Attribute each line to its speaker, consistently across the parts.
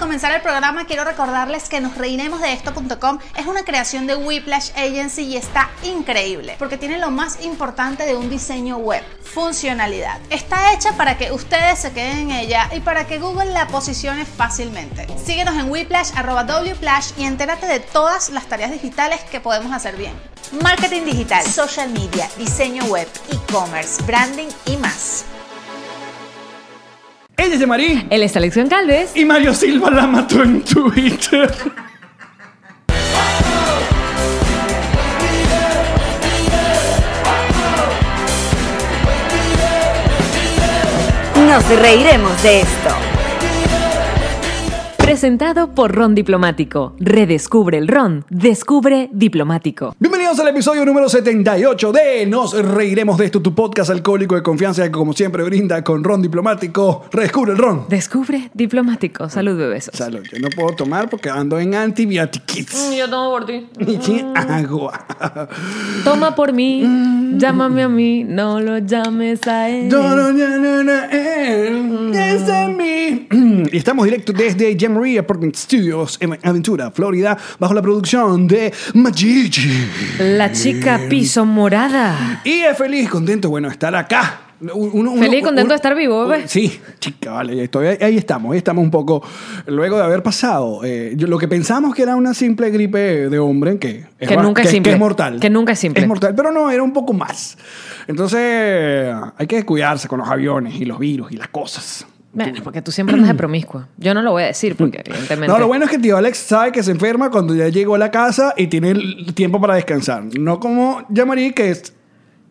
Speaker 1: comenzar el programa, quiero recordarles que nos reiremos de esto.com es una creación de Whiplash Agency y está increíble porque tiene lo más importante de un diseño web, funcionalidad. Está hecha para que ustedes se queden en ella y para que Google la posicione fácilmente. Síguenos en Whiplash, arroba Wplash y entérate de todas las tareas digitales que podemos hacer bien. Marketing digital, social media, diseño web, e-commerce, branding y más.
Speaker 2: Ella es de Marín
Speaker 3: Él es Alexion Calves.
Speaker 2: y Mario Silva la mató en Twitter.
Speaker 4: Nos reiremos de esto.
Speaker 3: Presentado por Ron Diplomático. Redescubre el Ron. Descubre Diplomático.
Speaker 2: Bienvenidos al episodio número 78 de Nos Reiremos de esto, tu podcast alcohólico de confianza que como siempre brinda con ron diplomático. Redescubre el ron.
Speaker 3: Descubre Diplomático. Salud, bebés.
Speaker 2: Salud, yo no puedo tomar porque ando en antibióticos.
Speaker 3: Mm, Yo tomo por ti.
Speaker 2: Y sin agua.
Speaker 3: Toma por mí. Llámame a mí. No lo llames a él.
Speaker 2: Mm. No, no, no, no, no, eh, desde mí. Y estamos directo desde Jamboree Apartment Studios en Aventura, Florida, bajo la producción de Majiji.
Speaker 3: La chica piso morada.
Speaker 2: Y es feliz, contento, bueno, estar acá. Uno- uno-
Speaker 3: Feliz y contento de estar vivo, bebé.
Speaker 2: Sí, chica, vale, ya estoy- ahí estamos, ahí estamos un poco. Luego de haber pasado, eh, yo- lo que pensamos que era una simple gripe de hombre, que,
Speaker 3: Que nunca es simple.
Speaker 2: que es mortal.
Speaker 3: Que nunca es simple.
Speaker 2: Es mortal, pero no, era un poco más. Entonces, hay que cuidarse con los aviones y los virus y las cosas.
Speaker 3: Bueno, porque tú siempre andas de promiscua. Yo no lo voy a decir porque, evidentemente.
Speaker 2: No, lo bueno es que tío Alex sabe que se enferma cuando ya llegó a la casa y tiene el tiempo para descansar. No como Yamari, que es-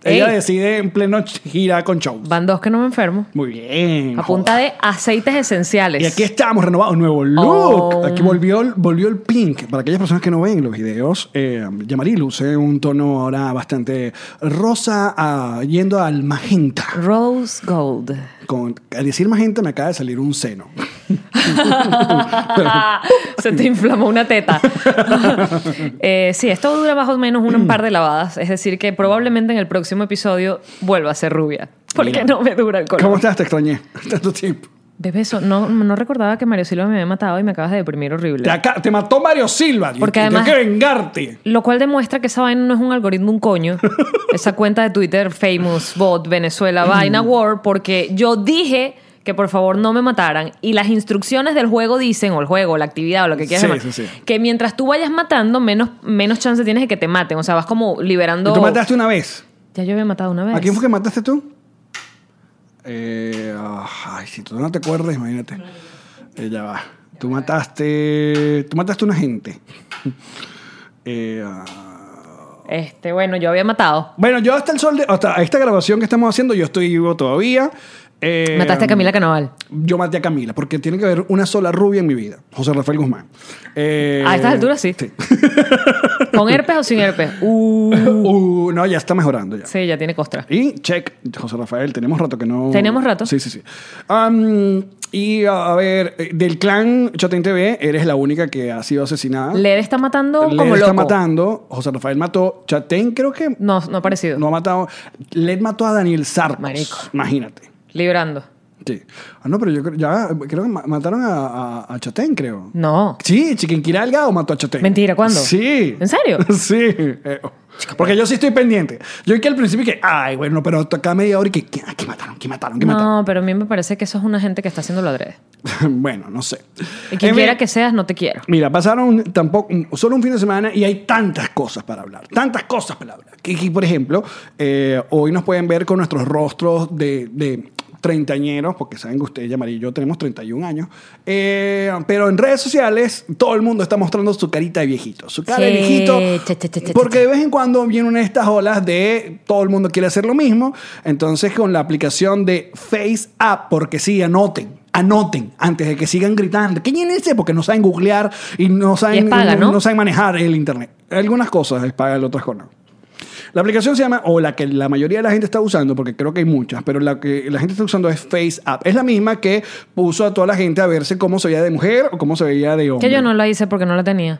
Speaker 2: ella
Speaker 3: Ey.
Speaker 2: decide en pleno gira con shows.
Speaker 3: Van dos que no me enfermo.
Speaker 2: Muy bien.
Speaker 3: A punta
Speaker 2: joda.
Speaker 3: de aceites esenciales.
Speaker 2: Y aquí estamos, renovados, nuevo look.
Speaker 3: Oh.
Speaker 2: Aquí volvió, el- volvió el pink. Para aquellas personas que no ven los videos, eh, Yamari luce un tono ahora bastante rosa, ah, yendo al magenta.
Speaker 3: Rose Gold.
Speaker 2: Con, al decir magenta me acaba de salir un seno.
Speaker 3: Se te inflamó una teta. Eh, sí, esto dura más o menos un par de lavadas. Es decir, que probablemente en el próximo episodio vuelva a ser rubia. Porque
Speaker 2: Mira.
Speaker 3: no me dura el color.
Speaker 2: ¿Cómo estás? Te extrañé. Tanto tiempo.
Speaker 3: Bebé, eso- no, no recordaba que Mario Silva me había matado y me acabas de deprimir horrible.
Speaker 2: Te, aca- te mató Mario Silva.
Speaker 3: Porque
Speaker 2: Porque
Speaker 3: además-
Speaker 2: Tienes que vengarte.
Speaker 3: Lo cual demuestra que esa vaina no es un algoritmo, un coño. Esa cuenta de Twitter, famous, bot,
Speaker 2: Mm.
Speaker 3: Venezuela, vaina, war, porque yo dije que por favor no me mataran y las instrucciones del juego dicen, o el juego, o la actividad, o lo que quieras
Speaker 2: Sí,
Speaker 3: llamar,
Speaker 2: sí, sí.
Speaker 3: que mientras tú vayas matando, menos, menos chance tienes de que te maten. O sea, vas como liberando...
Speaker 2: Tú mataste una vez.
Speaker 3: Ya yo había matado una vez.
Speaker 2: ¿A quién fue que mataste tú? Eh, ah, ay, si tú no te acuerdas, imagínate. Eh, ya va. Tú mataste. Tú mataste a una gente. Eh, ah.
Speaker 3: Este, bueno, yo había matado.
Speaker 2: bueno, yo hasta el sol de. Hasta esta grabación que estamos haciendo, yo estoy vivo todavía. Eh,
Speaker 3: Mataste a Camila Canaval.
Speaker 2: Yo maté a Camila, porque tiene que haber una sola rubia en mi vida. José Rafael Guzmán. Eh,
Speaker 3: A estas alturas sí. ¿Con herpes o sin herpes? Uh,
Speaker 2: Uh, no, ya está mejorando ya.
Speaker 3: sí, ya tiene costra.
Speaker 2: Y check, José Rafael, tenemos rato que no.
Speaker 3: Tenemos rato.
Speaker 2: Sí, sí, sí. Am, y a, a ver, eh, del clan Chatén TV, eres la única que ha sido asesinada.
Speaker 3: Led está matando
Speaker 2: Led
Speaker 3: como
Speaker 2: está
Speaker 3: loco.
Speaker 2: matando. José Rafael mató. Chatén creo que
Speaker 3: No, no ha parecido.
Speaker 2: no ha matado. Led mató a Daniel Sarcos.
Speaker 3: Marico.
Speaker 2: Imagínate.
Speaker 3: Librando.
Speaker 2: Sí. Ah, no, pero yo creo, ya, creo que ma- mataron a, a, a Chatén, creo.
Speaker 3: No.
Speaker 2: Sí, Chiquinquirá Delgado mató a Chatén.
Speaker 3: Mentira, ¿cuándo?
Speaker 2: Sí.
Speaker 3: ¿En serio?
Speaker 2: sí. Eh, Porque yo sí estoy pendiente. Yo que al principio que, ay, bueno, pero acá media hora y que, ¿qué, qué mataron? ¿Qué mataron? ¿Qué mataron?
Speaker 3: No, pero a mí me parece que eso es una gente que está haciendo lo adrede.
Speaker 2: bueno, no sé.
Speaker 3: Y quien
Speaker 2: En
Speaker 3: quiera
Speaker 2: fin,
Speaker 3: que seas, no te quiero.
Speaker 2: Mira, pasaron tampoco un- solo un fin de semana y hay tantas cosas para hablar, tantas cosas para hablar. Que, que, por ejemplo, eh, hoy nos pueden ver con nuestros rostros de, de treintañeros, porque saben que ustedes, Yamari y yo, tenemos 31 años. Eh, pero en redes sociales todo el mundo está mostrando su carita de viejito, su cara de
Speaker 3: Sí,
Speaker 2: viejito.
Speaker 3: cha, cha, cha, cha,
Speaker 2: Porque
Speaker 3: cha.
Speaker 2: de vez en cuando viene una de estas olas de todo el mundo quiere hacer lo mismo. Entonces, con la aplicación de Face App, porque sí, anoten. Anoten antes de que sigan gritando. ¿Quién es ese? Porque no saben googlear y no saben,
Speaker 3: es paga, ¿no?
Speaker 2: saben manejar el Internet. Algunas cosas es paga, otras cosas no. La aplicación se llama, o la que la mayoría de la gente está usando, porque creo que hay muchas, pero la que la gente está usando es Face App. Es la misma que puso a toda la gente a verse cómo se veía de mujer o cómo se veía de hombre.
Speaker 3: Que yo no la hice porque no la tenía.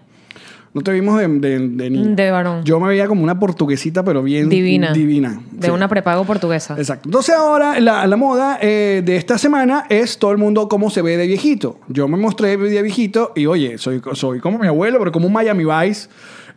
Speaker 2: No te vimos de, de, de niña.
Speaker 3: De varón.
Speaker 2: Yo me veía como una portuguesita, pero bien
Speaker 3: Divina.
Speaker 2: divina.
Speaker 3: De
Speaker 2: Sí.
Speaker 3: una prepago portuguesa.
Speaker 2: Exacto. Entonces ahora la, la moda eh, de esta semana es todo el mundo cómo se ve de viejito. Yo me mostré de viejito y oye, soy, soy como mi abuelo, pero como un Miami Vice.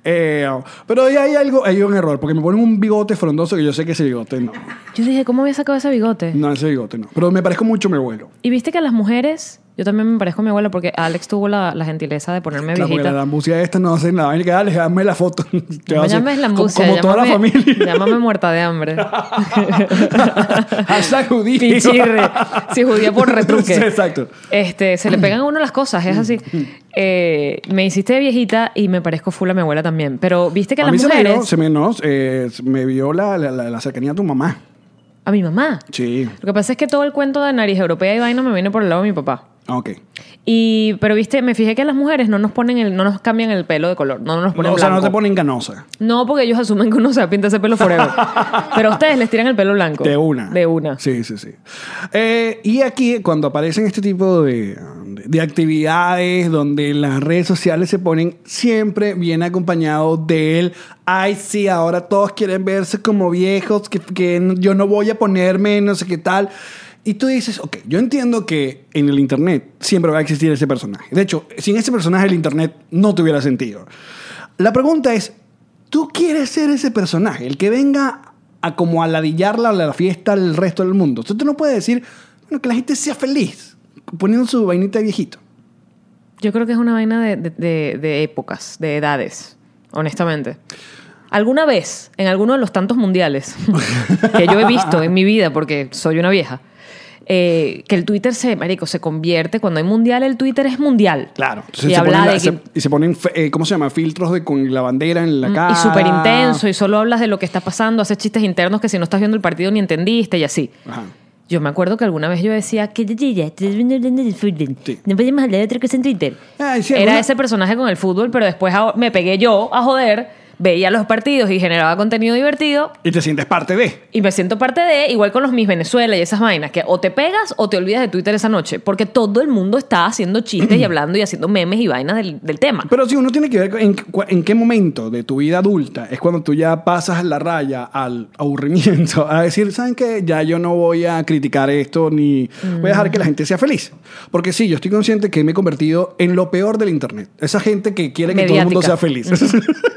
Speaker 2: Eh, pero ahí hay algo, hay un error, porque me ponen un bigote frondoso que yo sé que ese bigote no.
Speaker 3: Yo dije, ¿cómo había sacado ese bigote?
Speaker 2: No, ese bigote no. Pero me parezco mucho a mi abuelo.
Speaker 3: Y viste que a las mujeres, yo también me parezco a mi abuela porque Alex tuvo la, la gentileza de ponerme
Speaker 2: Claro, porque
Speaker 3: viejita.
Speaker 2: la música esta no hacen nada. Ven, que dale, dame la foto. Te
Speaker 3: No
Speaker 2: vas a-
Speaker 3: llames la
Speaker 2: como-
Speaker 3: música,
Speaker 2: Como toda la
Speaker 3: llámame-
Speaker 2: familia.
Speaker 3: Llámame muerta de hambre.
Speaker 2: Hashtag judío.
Speaker 3: Pichirre. Sí, judía por retruque.
Speaker 2: Sí, exacto. Mm,
Speaker 3: Este, se le pegan a uno las cosas, es así. Eh, me hiciste de viejita y me parezco full a mi abuela también. Pero viste que
Speaker 2: A
Speaker 3: las
Speaker 2: mí se me
Speaker 3: mujeres.
Speaker 2: vio, se me, no, eh, se me vio la, la- la- la cercanía a tu mamá.
Speaker 3: A mi mamá.
Speaker 2: Sí.
Speaker 3: Lo que pasa es que todo el cuento de nariz europea y vaina me viene por el lado de mi papá.
Speaker 2: Ah, Ok.
Speaker 3: Y, pero viste, me fijé que las mujeres no nos ponen el, no nos cambian el pelo de color, no nos ponen
Speaker 2: No, o sea, no
Speaker 3: blanco.
Speaker 2: te ponen ganosa.
Speaker 3: No, porque ellos asumen que uno se pinta ese pelo forever. Pero a ustedes les tiran el pelo blanco.
Speaker 2: De una.
Speaker 3: De una.
Speaker 2: Sí, sí, sí. Eh, y aquí, cuando aparecen este tipo de, de actividades donde las redes sociales se ponen, siempre viene acompañado de él. Ay, sí, ahora todos quieren verse como viejos, que, que yo no voy a ponerme, no sé qué tal. Y tú dices, ok, yo entiendo que en el Internet siempre va a existir ese personaje. De hecho, sin ese personaje el Internet no tuviera sentido. La pregunta es, ¿tú quieres ser ese personaje? El que venga a como aladillarla a la fiesta al resto del mundo. Entonces tú no puedes decir, bueno, que la gente sea feliz poniendo su vainita de viejito.
Speaker 3: Yo creo que es una vaina de, de- de- de épocas, de edades, honestamente. Alguna vez, en alguno de los tantos mundiales que yo he visto en mi vida, porque soy una vieja, eh, que el Twitter se, marico, se convierte, cuando hay mundial, el Twitter es mundial.
Speaker 2: Entonces,
Speaker 3: y
Speaker 2: se
Speaker 3: habla
Speaker 2: ponen la-
Speaker 3: de
Speaker 2: se-
Speaker 3: que...
Speaker 2: y se ponen, fe- eh, ¿cómo se llama? Filtros de, con la bandera en la cara.
Speaker 3: Mm, Y súper intenso, y solo hablas de lo que está pasando, haces chistes internos que si no estás viendo el partido ni entendiste y así.
Speaker 2: Ajá.
Speaker 3: Yo me acuerdo que alguna vez yo decía que
Speaker 2: Sí.
Speaker 3: no podemos hablar de otra cosa en Twitter.
Speaker 2: Ay, sí,
Speaker 3: Era
Speaker 2: alguna-
Speaker 3: ese personaje con el fútbol, pero después a- me pegué yo a joder, veía los partidos y generaba contenido divertido
Speaker 2: Y te sientes parte de.
Speaker 3: y me siento parte de, igual con los Miss Venezuela y esas vainas, que o te pegas o te olvidas de Twitter esa noche, porque todo el mundo está haciendo chistes y hablando y haciendo memes y vainas del, del tema.
Speaker 2: Pero si uno tiene que ver con- en, cu- en qué momento de tu vida adulta es cuando tú ya pasas la raya al aburrimiento, a decir, ¿saben qué? Ya yo no voy a criticar esto ni voy a dejar que la gente sea feliz. Porque sí, yo estoy consciente que me he convertido en lo peor del Internet. Esa gente que quiere que todo el mundo sea
Speaker 3: Mediática.
Speaker 2: feliz.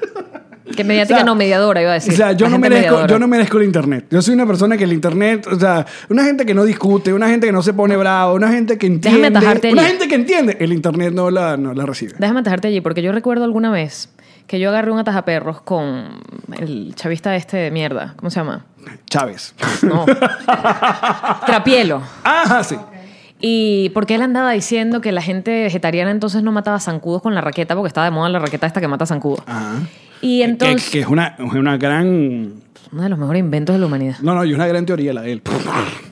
Speaker 3: Que mediática
Speaker 2: O sea,
Speaker 3: no, mediadora iba a
Speaker 2: O
Speaker 3: decir.
Speaker 2: sea, yo
Speaker 3: La
Speaker 2: no,
Speaker 3: gente
Speaker 2: merezco,
Speaker 3: mediadora.
Speaker 2: yo no merezco el Internet. Yo soy una persona que el Internet, o sea, una gente que no discute, una gente que no se pone brava, una gente que
Speaker 3: Déjame
Speaker 2: entiende.
Speaker 3: atajarte
Speaker 2: una
Speaker 3: allí.
Speaker 2: gente que entiende, el Internet no la, no la recibe.
Speaker 3: Déjame atajarte allí, porque yo recuerdo alguna vez que yo agarré un atajaperros con el chavista este de mierda. ¿Cómo se llama?
Speaker 2: Chávez.
Speaker 3: No. Trapielo.
Speaker 2: Ajá, Ah, sí.
Speaker 3: Y porque él andaba diciendo que la gente vegetariana entonces no mataba zancudos con la raqueta, porque estaba de moda la raqueta esta que mata zancudos.
Speaker 2: Ajá.
Speaker 3: Y
Speaker 2: Que-
Speaker 3: entonces.
Speaker 2: que, es una, es una gran.
Speaker 3: Uno de los mejores inventos de la humanidad.
Speaker 2: No, no, y una gran teoría la de él.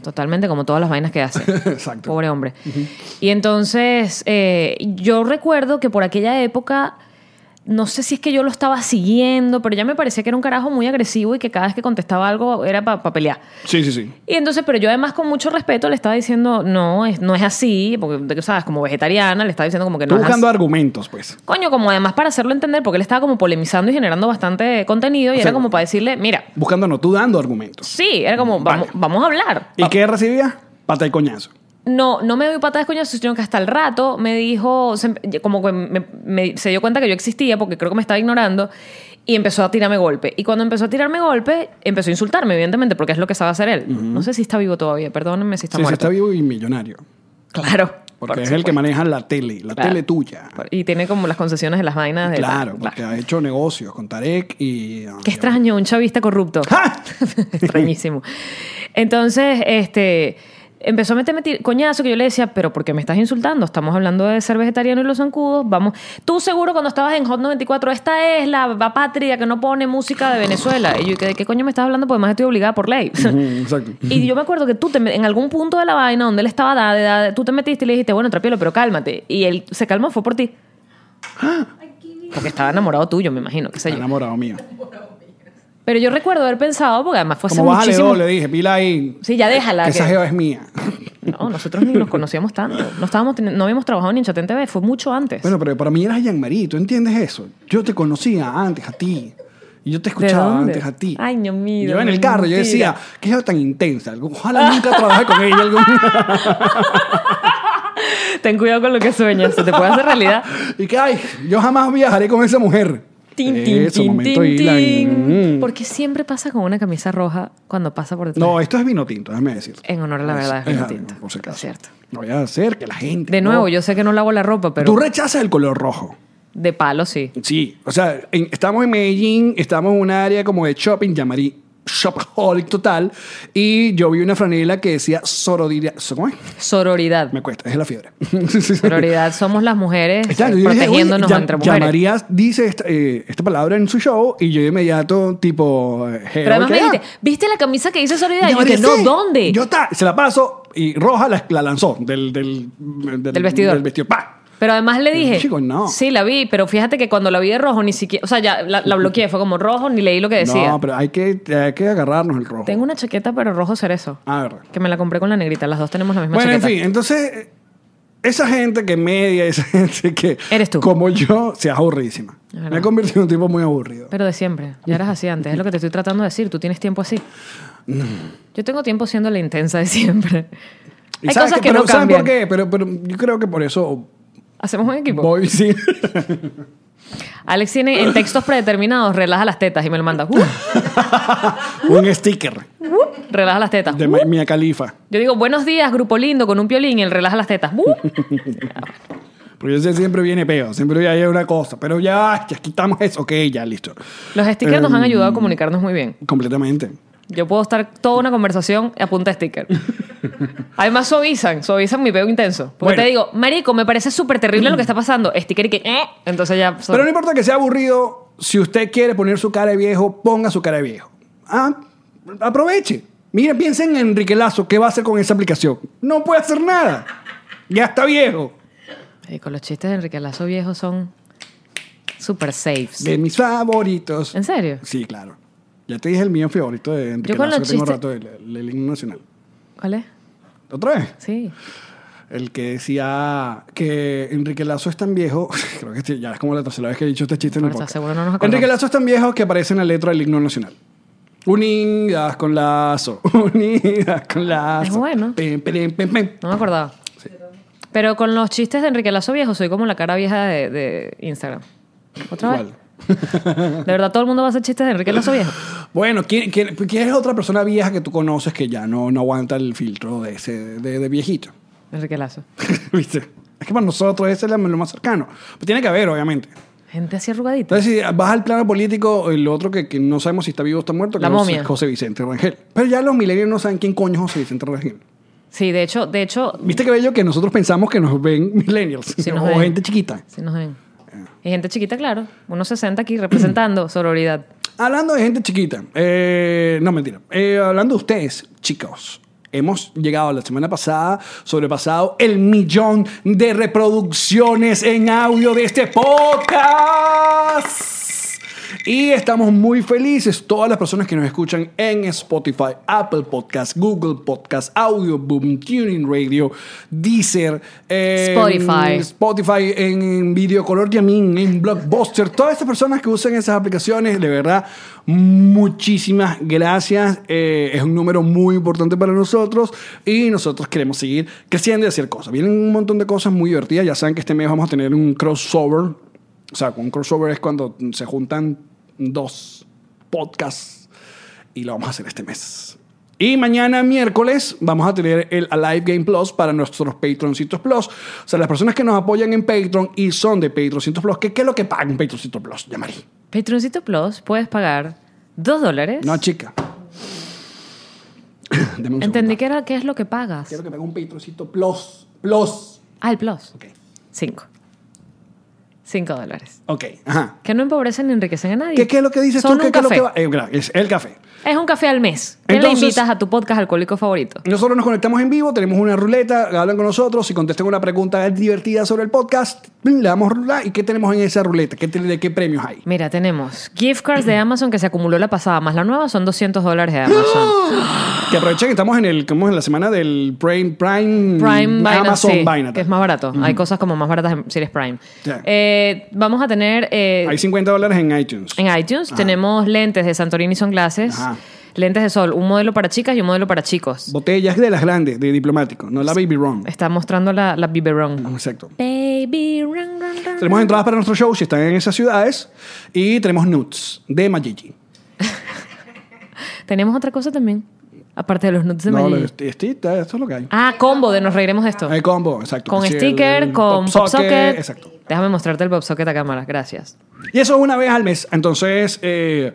Speaker 3: Totalmente como todas las vainas que hace.
Speaker 2: Exacto.
Speaker 3: Pobre hombre. Y entonces, eh, yo recuerdo que por aquella época, no sé si es que yo lo estaba siguiendo, pero ya me parecía que era un carajo muy agresivo y que cada vez que contestaba algo era para pelear.
Speaker 2: Sí, sí, sí.
Speaker 3: Y entonces, pero yo además con mucho respeto le estaba diciendo, no, es, no es así, porque, sabes, como vegetariana, le estaba diciendo como que no
Speaker 2: Estoy
Speaker 3: es así.
Speaker 2: buscando argumentos, pues.
Speaker 3: Coño, como además para hacerlo entender, porque él estaba como polemizando y generando bastante contenido y
Speaker 2: O
Speaker 3: era
Speaker 2: sea,
Speaker 3: como para decirle, mira,
Speaker 2: Buscando, no, tú dando argumentos.
Speaker 3: sí, era como, vamos,
Speaker 2: Vale.
Speaker 3: vamos a hablar.
Speaker 2: ¿Y qué recibía? Pata y coñazo.
Speaker 3: No, no me doy patadas coño, sino que hasta el rato me dijo, se- em, como que me- me- se dio cuenta que yo existía porque creo que me estaba ignorando y empezó a tirarme golpe. Y cuando empezó a tirarme golpe, empezó a insultarme, evidentemente, porque es lo que sabe hacer él. No sé si está vivo todavía, perdónenme si está
Speaker 2: sí, sí,
Speaker 3: muerto.
Speaker 2: está vivo y millonario.
Speaker 3: Claro.
Speaker 2: Porque
Speaker 3: por
Speaker 2: es el que
Speaker 3: supuesto.
Speaker 2: maneja la tele, la
Speaker 3: Claro.
Speaker 2: tele tuya.
Speaker 3: Y tiene como las concesiones de las vainas de...
Speaker 2: Claro,
Speaker 3: Claro.
Speaker 2: porque ha hecho negocios con Tarek y. ah,
Speaker 3: Qué extraño, un chavista corrupto.
Speaker 2: ¡Ja!
Speaker 3: Extrañísimo. Entonces, este. Empezó a meterme tir- coñazo que yo le decía, pero ¿por qué me estás insultando? Estamos hablando de ser vegetariano y los zancudos. Vamos. Tú seguro cuando estabas en Hot 94, esta es la, la patria que no pone música de Venezuela. Y yo, ¿de qué coño me estás hablando? Porque además estoy obligada por ley.
Speaker 2: Ujú, Exacto.
Speaker 3: Y yo me acuerdo que tú te me- en algún punto de la vaina donde él estaba, dade, dade, tú te metiste y le dijiste, bueno, trapielo, pero cálmate. Y él se calmó, fue por ti.
Speaker 2: ¡Ah!
Speaker 3: Porque estaba enamorado tuyo, me imagino, qué sé yo.
Speaker 2: Enamorado mío.
Speaker 3: Pero yo recuerdo haber pensado, porque además fue hace
Speaker 2: Como bájale
Speaker 3: muchísimo...
Speaker 2: dos, le dije, pila ahí.
Speaker 3: Sí, ya déjala.
Speaker 2: que esa
Speaker 3: que-
Speaker 2: jeva es mía.
Speaker 3: No, nosotros ni nos conocíamos tanto. No, estábamos, teni- no habíamos trabajado ni en Chatén TV, fue mucho antes.
Speaker 2: Bueno, pero para mí eras Jean-Marie, ¿tú entiendes eso? Yo te conocía antes a ti. Y yo te escuchaba
Speaker 3: dónde?
Speaker 2: antes a ti.
Speaker 3: Ay, Dios mío,
Speaker 2: Yo en el carro, yo
Speaker 3: mentira.
Speaker 2: decía, qué jeva tan intensa. Ojalá nunca trabaje con ella algún
Speaker 3: Ten cuidado con lo que sueñas, se te puede hacer realidad.
Speaker 2: Y que, ay, yo jamás viajaré con esa mujer.
Speaker 3: Tin, tin,
Speaker 2: Eso,
Speaker 3: tin,
Speaker 2: momento
Speaker 3: tin,
Speaker 2: Dylan.
Speaker 3: tin.
Speaker 2: Mm.
Speaker 3: ¿Por qué siempre pasa con una camisa roja cuando pasa por detrás?
Speaker 2: No, eh, esto es vino tinto, déjame decir.
Speaker 3: En honor a la verdad, es vino tinto.
Speaker 2: Por si acaso.
Speaker 3: Es cierto.
Speaker 2: No voy a hacer que la gente.
Speaker 3: De nuevo,
Speaker 2: no.
Speaker 3: yo sé que no lavo la ropa, pero
Speaker 2: Tú rechazas el color rojo.
Speaker 3: de palo sí.
Speaker 2: Sí, o sea, en- estamos en Medellín, estamos en un área como de shopping, llamarí shopaholic total, y yo vi una franela que decía sororidad. ¿Cómo es?
Speaker 3: Sororidad.
Speaker 2: Me cuesta, es la fiebre.
Speaker 3: Sororidad somos las mujeres
Speaker 2: Exacto,
Speaker 3: eh,
Speaker 2: yo dije, "Oye,
Speaker 3: protegiéndonos
Speaker 2: Jean-
Speaker 3: entre mujeres.
Speaker 2: Jean-Marie dice esta, eh, esta palabra en su show y yo de inmediato, tipo... eh,
Speaker 3: pero además me
Speaker 2: "Ah,
Speaker 3: dijiste, ¿viste la camisa que dice Sororidad? Y yo
Speaker 2: Jean-Marie,
Speaker 3: dije, no,
Speaker 2: sí".
Speaker 3: ¿dónde?
Speaker 2: Yo ta, se la paso y Roja la, la lanzó del, del, del,
Speaker 3: Del vestidor.
Speaker 2: Del vestido. ¡Pah!
Speaker 3: Pero además le dije,
Speaker 2: Chico, no.
Speaker 3: sí, la vi, pero fíjate que cuando la vi de rojo ni siquiera, o sea, ya la, la bloqueé, fue como rojo, ni leí lo que decía.
Speaker 2: No, pero hay que, hay que agarrarnos el rojo.
Speaker 3: Tengo una chaqueta, pero rojo cerezo.
Speaker 2: Ah, verdad.
Speaker 3: Que me la compré con la negrita, las dos tenemos la misma
Speaker 2: Bueno, en
Speaker 3: chaqueta.
Speaker 2: fin, entonces, eh, esa gente que media, esa gente que.
Speaker 3: Eres tú.
Speaker 2: Como yo, se aburridísima.
Speaker 3: Ajá.
Speaker 2: Me he convertido en un tipo muy aburrido.
Speaker 3: Pero de siempre, ya eras así antes, es lo que te estoy tratando de decir, tú tienes tiempo así. Yo tengo tiempo siendo la intensa de siempre.
Speaker 2: ¿Y
Speaker 3: Hay
Speaker 2: sabes
Speaker 3: cosas
Speaker 2: qué?
Speaker 3: que
Speaker 2: pero,
Speaker 3: no
Speaker 2: ¿Saben
Speaker 3: cambian.
Speaker 2: por qué? Pero, pero yo creo que por eso
Speaker 3: Hacemos un equipo.
Speaker 2: voy, sí.
Speaker 3: Alex tiene en textos predeterminados, relaja las tetas y me lo manda. Uh,
Speaker 2: un sticker
Speaker 3: relaja las tetas.
Speaker 2: de
Speaker 3: Uh.
Speaker 2: Ma- Mia Califa.
Speaker 3: Yo digo, buenos días, grupo lindo, con un piolín y él relaja las tetas. Uh.
Speaker 2: Porque ese siempre viene peo, siempre hay una cosa. Pero ya, ya quitamos eso. Ok, ya, listo.
Speaker 3: Los stickers nos han
Speaker 2: Em.
Speaker 3: ayudado a comunicarnos muy bien.
Speaker 2: Completamente.
Speaker 3: Yo puedo estar toda una conversación a punta de sticker. Además, suavizan, suavizan mi peo intenso. Porque
Speaker 2: Bueno.
Speaker 3: te digo, marico, me parece súper terrible lo que está pasando. Sticker y que... eh, Entonces ya...
Speaker 2: Pero no importa que sea aburrido, si usted quiere poner su cara de viejo, ponga su cara de viejo. Ah, aproveche. Mira, piensen en Enrique Lazo, ¿qué va a hacer con esa aplicación? No puede hacer nada. Ya está viejo.
Speaker 3: Marico, los chistes de Enrique Lazo Viejo son súper saves.
Speaker 2: De mis favoritos.
Speaker 3: ¿En serio?
Speaker 2: Sí, claro. Ya te dije el mío favorito de Enrique
Speaker 3: Yo con
Speaker 2: Lazo, que
Speaker 3: los
Speaker 2: tengo
Speaker 3: chistes-
Speaker 2: rato del, del himno nacional.
Speaker 3: ¿Cuál es?
Speaker 2: ¿Otra vez?
Speaker 3: Sí.
Speaker 2: El que decía que Enrique Lazo es tan viejo, creo que este ya es como la tercera vez que he dicho este chiste en el
Speaker 3: Por eso,
Speaker 2: podcast.
Speaker 3: seguro no nos acordamos.
Speaker 2: Enrique Lazo es tan viejo que aparece en la letra del himno nacional. Unidas con lazo, unidas con lazo.
Speaker 3: Es bueno.
Speaker 2: Pim, pim, pim, pim.
Speaker 3: No me acordaba. Pero con los chistes de Enrique Lazo Viejo soy como la cara vieja de, de Instagram. ¿Otra vez?
Speaker 2: Igual.
Speaker 3: De verdad, todo el mundo va a hacer chistes de Enrique Lazo Viejo.
Speaker 2: Bueno, ¿quién, quién, quién es otra persona vieja que tú conoces que ya no, no aguanta el filtro de ese de, de viejito?
Speaker 3: Enrique Lazo.
Speaker 2: ¿Viste? Es que para nosotros ese es lo más cercano. Pero tiene que haber, obviamente.
Speaker 3: Gente así arrugadita.
Speaker 2: Entonces, si vas al plano político, el otro que, que no sabemos si está vivo o está muerto, que
Speaker 3: La
Speaker 2: no sé,
Speaker 3: momia.
Speaker 2: es José Vicente Rangel. Pero ya los milenios no saben quién coño es José Vicente Rangel.
Speaker 3: Sí, de hecho, de hecho,
Speaker 2: Viste qué bello que nosotros pensamos que nos ven millennials
Speaker 3: Sí, nos
Speaker 2: o
Speaker 3: ven.
Speaker 2: gente chiquita.
Speaker 3: sí nos ven. Y gente chiquita, claro. Unos 60 aquí representando sororidad.
Speaker 2: Hablando de gente chiquita, eh, no mentira, Eh, hablando de ustedes, chicos, hemos llegado la semana pasada, sobrepasado el millón de reproducciones en audio de este podcast. Y estamos muy felices, todas las personas que nos escuchan en Spotify, Apple Podcast, Google Podcast, Audio Boom, Tuning Radio, Deezer, eh,
Speaker 3: Spotify.
Speaker 2: Spotify, en Videocolor Yamin, en Blockbuster, todas estas personas que usan esas aplicaciones, de verdad, muchísimas gracias. Eh, es un número muy importante para nosotros y nosotros queremos seguir creciendo y hacer cosas. Vienen un montón de cosas muy divertidas. Ya saben que este mes vamos a tener un crossover. O sea, un crossover es cuando se juntan dos podcasts y lo vamos a hacer este mes. Y mañana miércoles vamos a tener el Alive Game Plus para nuestros Patroncitos Plus. O sea, las personas que nos apoyan en Patreon y son de Patroncitos Plus, ¿qué, qué es lo que pagan Patroncitos Plus? Llamarí.
Speaker 3: Patroncito Plus, puedes pagar 2 dólares.
Speaker 2: No, chica. Deme un
Speaker 3: Entendí
Speaker 2: segundo.
Speaker 3: que era qué es lo que pagas.
Speaker 2: Quiero que pague un Patroncito Plus. Plus.
Speaker 3: Ah, el Plus.
Speaker 2: Ok.
Speaker 3: 5. Cinco dólares.
Speaker 2: Ok, ajá.
Speaker 3: Que no empobrecen ni enriquecen a nadie.
Speaker 2: ¿Qué, qué es lo que dices
Speaker 3: Son
Speaker 2: tú? ¿Qué,
Speaker 3: un
Speaker 2: qué es lo que
Speaker 3: café.
Speaker 2: va? Eh, gra- es el café.
Speaker 3: Es un café al mes. ¿Qué
Speaker 2: Entonces-
Speaker 3: le invitas a tu podcast alcohólico favorito?
Speaker 2: Nosotros nos conectamos en vivo, tenemos una ruleta, hablan con nosotros, si contestan una pregunta divertida sobre el podcast, le damos ruleta. ¿Y qué tenemos en esa ruleta? ¿Qué, te- ¿De qué premios hay?
Speaker 3: Mira, tenemos gift cards de Amazon que se acumuló la pasada, más la nueva son 200 dólares de Amazon.
Speaker 2: Que aprovechen que estamos en el como en la semana del Prime Prime,
Speaker 3: Prime Binance,
Speaker 2: Mm, Amazon
Speaker 3: sí,
Speaker 2: Binance.
Speaker 3: que es más barato. Hay cosas como más baratas en Series Prime.
Speaker 2: Ya.
Speaker 3: Eh, vamos a tener eh,
Speaker 2: Hay 50 dólares en iTunes.
Speaker 3: en iTunes, tenemos lentes de Santorini Sunglasses,
Speaker 2: ah. Ajá.
Speaker 3: lentes de sol, un modelo para chicas y un modelo para chicos.
Speaker 2: Botellas de las grandes, de diplomático, no la Baby Ron.
Speaker 3: Está mostrando la, la biberón.
Speaker 2: Exacto.
Speaker 3: Baby run, run, run,
Speaker 2: Tenemos entradas para nuestro show si están en esas ciudades. Y tenemos nudes de Majiji.
Speaker 3: run. Tenemos otra cosa también, aparte de los nudes de
Speaker 2: No,
Speaker 3: Mayeli.
Speaker 2: lo- este- este- esto es lo que hay.
Speaker 3: Ah, combo de Nos Reiremos de Esto.
Speaker 2: Hay combo, exacto.
Speaker 3: Con
Speaker 2: Sí, el-
Speaker 3: sticker,
Speaker 2: el
Speaker 3: con
Speaker 2: pop
Speaker 3: pop
Speaker 2: socket,
Speaker 3: socket.
Speaker 2: Exacto.
Speaker 3: Déjame mostrarte el pop socket a cámara, gracias.
Speaker 2: Y eso es una vez al mes. Entonces, eh,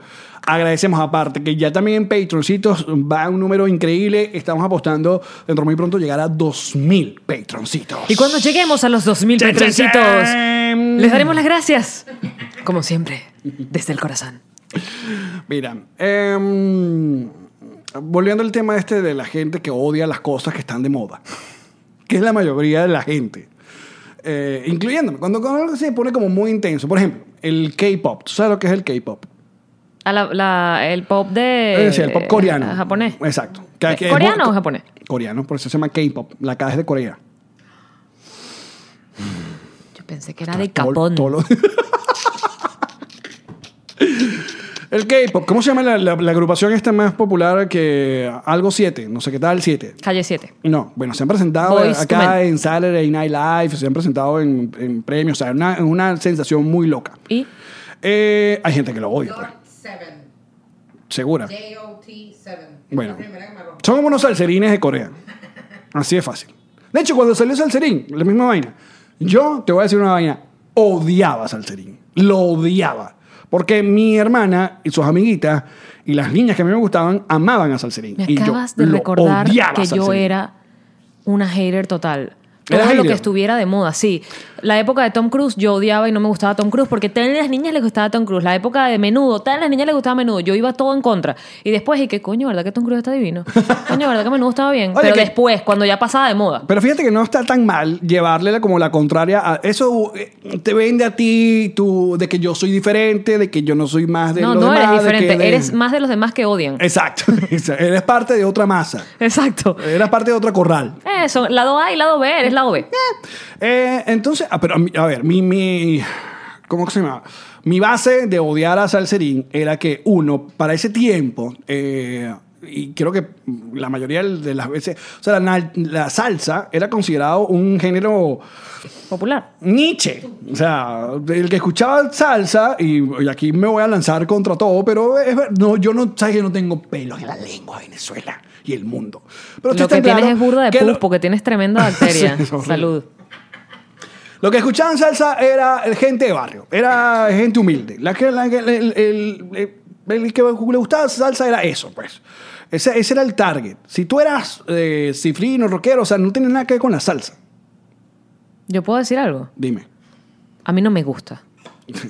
Speaker 2: agradecemos aparte que ya también en Patroncitos va un número increíble. Estamos apostando dentro muy pronto llegar a 2.000 Patroncitos.
Speaker 3: Y cuando lleguemos a los 2000
Speaker 2: Chan, chan,
Speaker 3: patroncitos,
Speaker 2: chan.
Speaker 3: les daremos las gracias. Como siempre, desde el corazón.
Speaker 2: Mira, em, volviendo al tema este de la gente que odia las cosas que están de moda, que es la mayoría de la gente, eh, incluyéndome, cuando, cuando algo se pone como muy intenso, por ejemplo, el K-pop, ¿tú sabes lo que es el K-pop?
Speaker 3: A la, la- el pop de.
Speaker 2: Es decir, el pop coreano.
Speaker 3: eh, japonés.
Speaker 2: Exacto. Que- que es
Speaker 3: ¿Coreano
Speaker 2: muy-
Speaker 3: o japonés?
Speaker 2: Coreano, por eso se llama K-pop, la K es de Corea.
Speaker 3: Yo pensé que era de
Speaker 2: Tol-
Speaker 3: capón.
Speaker 2: tolo- El K-pop, ¿cómo se llama la, la- la agrupación esta más popular que algo 7? No sé qué tal, 7.
Speaker 3: Calle 7.
Speaker 2: No, bueno, se han presentado
Speaker 3: Boyz II
Speaker 2: acá
Speaker 3: Men.
Speaker 2: en Saturday Night Live, se han presentado en, en premios, o sea, una, una sensación muy loca.
Speaker 3: Y
Speaker 2: Eh, hay gente que lo odia, pues,
Speaker 4: Seven.
Speaker 2: segura.
Speaker 4: J-O-T seven.
Speaker 2: Bueno,
Speaker 4: La primera que me arrojó.
Speaker 2: son como unos salserines de Corea. Así de fácil. De hecho, cuando salió Salserín, la misma vaina. Yo te voy a decir una vaina. Odiaba Salserín. Lo odiaba. Porque mi hermana y sus amiguitas y las niñas que a mí me gustaban amaban a Salserín.
Speaker 3: me
Speaker 2: Y yo
Speaker 3: acabas de
Speaker 2: lo
Speaker 3: recordar
Speaker 2: odiaba
Speaker 3: que
Speaker 2: a
Speaker 3: yo
Speaker 2: Salserín.
Speaker 3: era una hater total.
Speaker 2: ¿Eras
Speaker 3: Todo lo
Speaker 2: hater?
Speaker 3: que estuviera de moda, sí. La época de Tom Cruise, yo odiaba y no me gustaba Tom Cruise, porque tal las niñas les gustaba Tom Cruise. La época de menudo, tal las niñas les gustaba menudo. Yo iba todo en contra. Y después, y que coño, ¿verdad que Tom Cruise está divino? Coño, ¿verdad que menudo estaba bien?
Speaker 2: Oye,
Speaker 3: Pero
Speaker 2: que-
Speaker 3: después, cuando ya pasaba de moda.
Speaker 2: Pero fíjate que no está tan mal llevarle la- como la contraria a eso eh, te vende a ti tú, de que yo soy diferente, de que yo no soy más de
Speaker 3: No,
Speaker 2: los
Speaker 3: no
Speaker 2: demás,
Speaker 3: eres
Speaker 2: de que de-
Speaker 3: diferente.
Speaker 2: Eh.
Speaker 3: Eres más de los demás que odian.
Speaker 2: Exacto. eres parte de otra masa.
Speaker 3: Exacto.
Speaker 2: Eres parte de otra corral.
Speaker 3: Eso, lado A y lado B, eres lado B.
Speaker 2: Eh, entonces, ah, pero a, mí- a ver, mi, mi. ¿Cómo que se llama? Mi base de odiar a Salserín era que, uno, para ese tiempo, eh, y creo que la mayoría de las veces, o sea, la, na- la salsa era considerado un género
Speaker 3: Popular.
Speaker 2: Nietzsche. O sea, el que escuchaba salsa, y, y aquí me voy a lanzar contra todo, pero es ver- no, yo no, sabes que no tengo pelos en la lengua, Venezuela y el mundo. Pero
Speaker 3: Lo
Speaker 2: está
Speaker 3: que tienes
Speaker 2: claro
Speaker 3: es burda de
Speaker 2: que
Speaker 3: pus
Speaker 2: lo-
Speaker 3: porque tienes tremenda bacteria.
Speaker 2: Sí, es horrible.
Speaker 3: Salud.
Speaker 2: Lo que escuchaban salsa era gente de barrio, era gente humilde. La que, la que- el, el- el- el que le gustaba salsa era eso, pues. Ese, ese era el target. Si tú eras eh, cifrino, rockero, o sea, no tienes nada que ver con la salsa.
Speaker 3: Yo puedo decir algo.
Speaker 2: Dime.
Speaker 3: A mí no me gusta.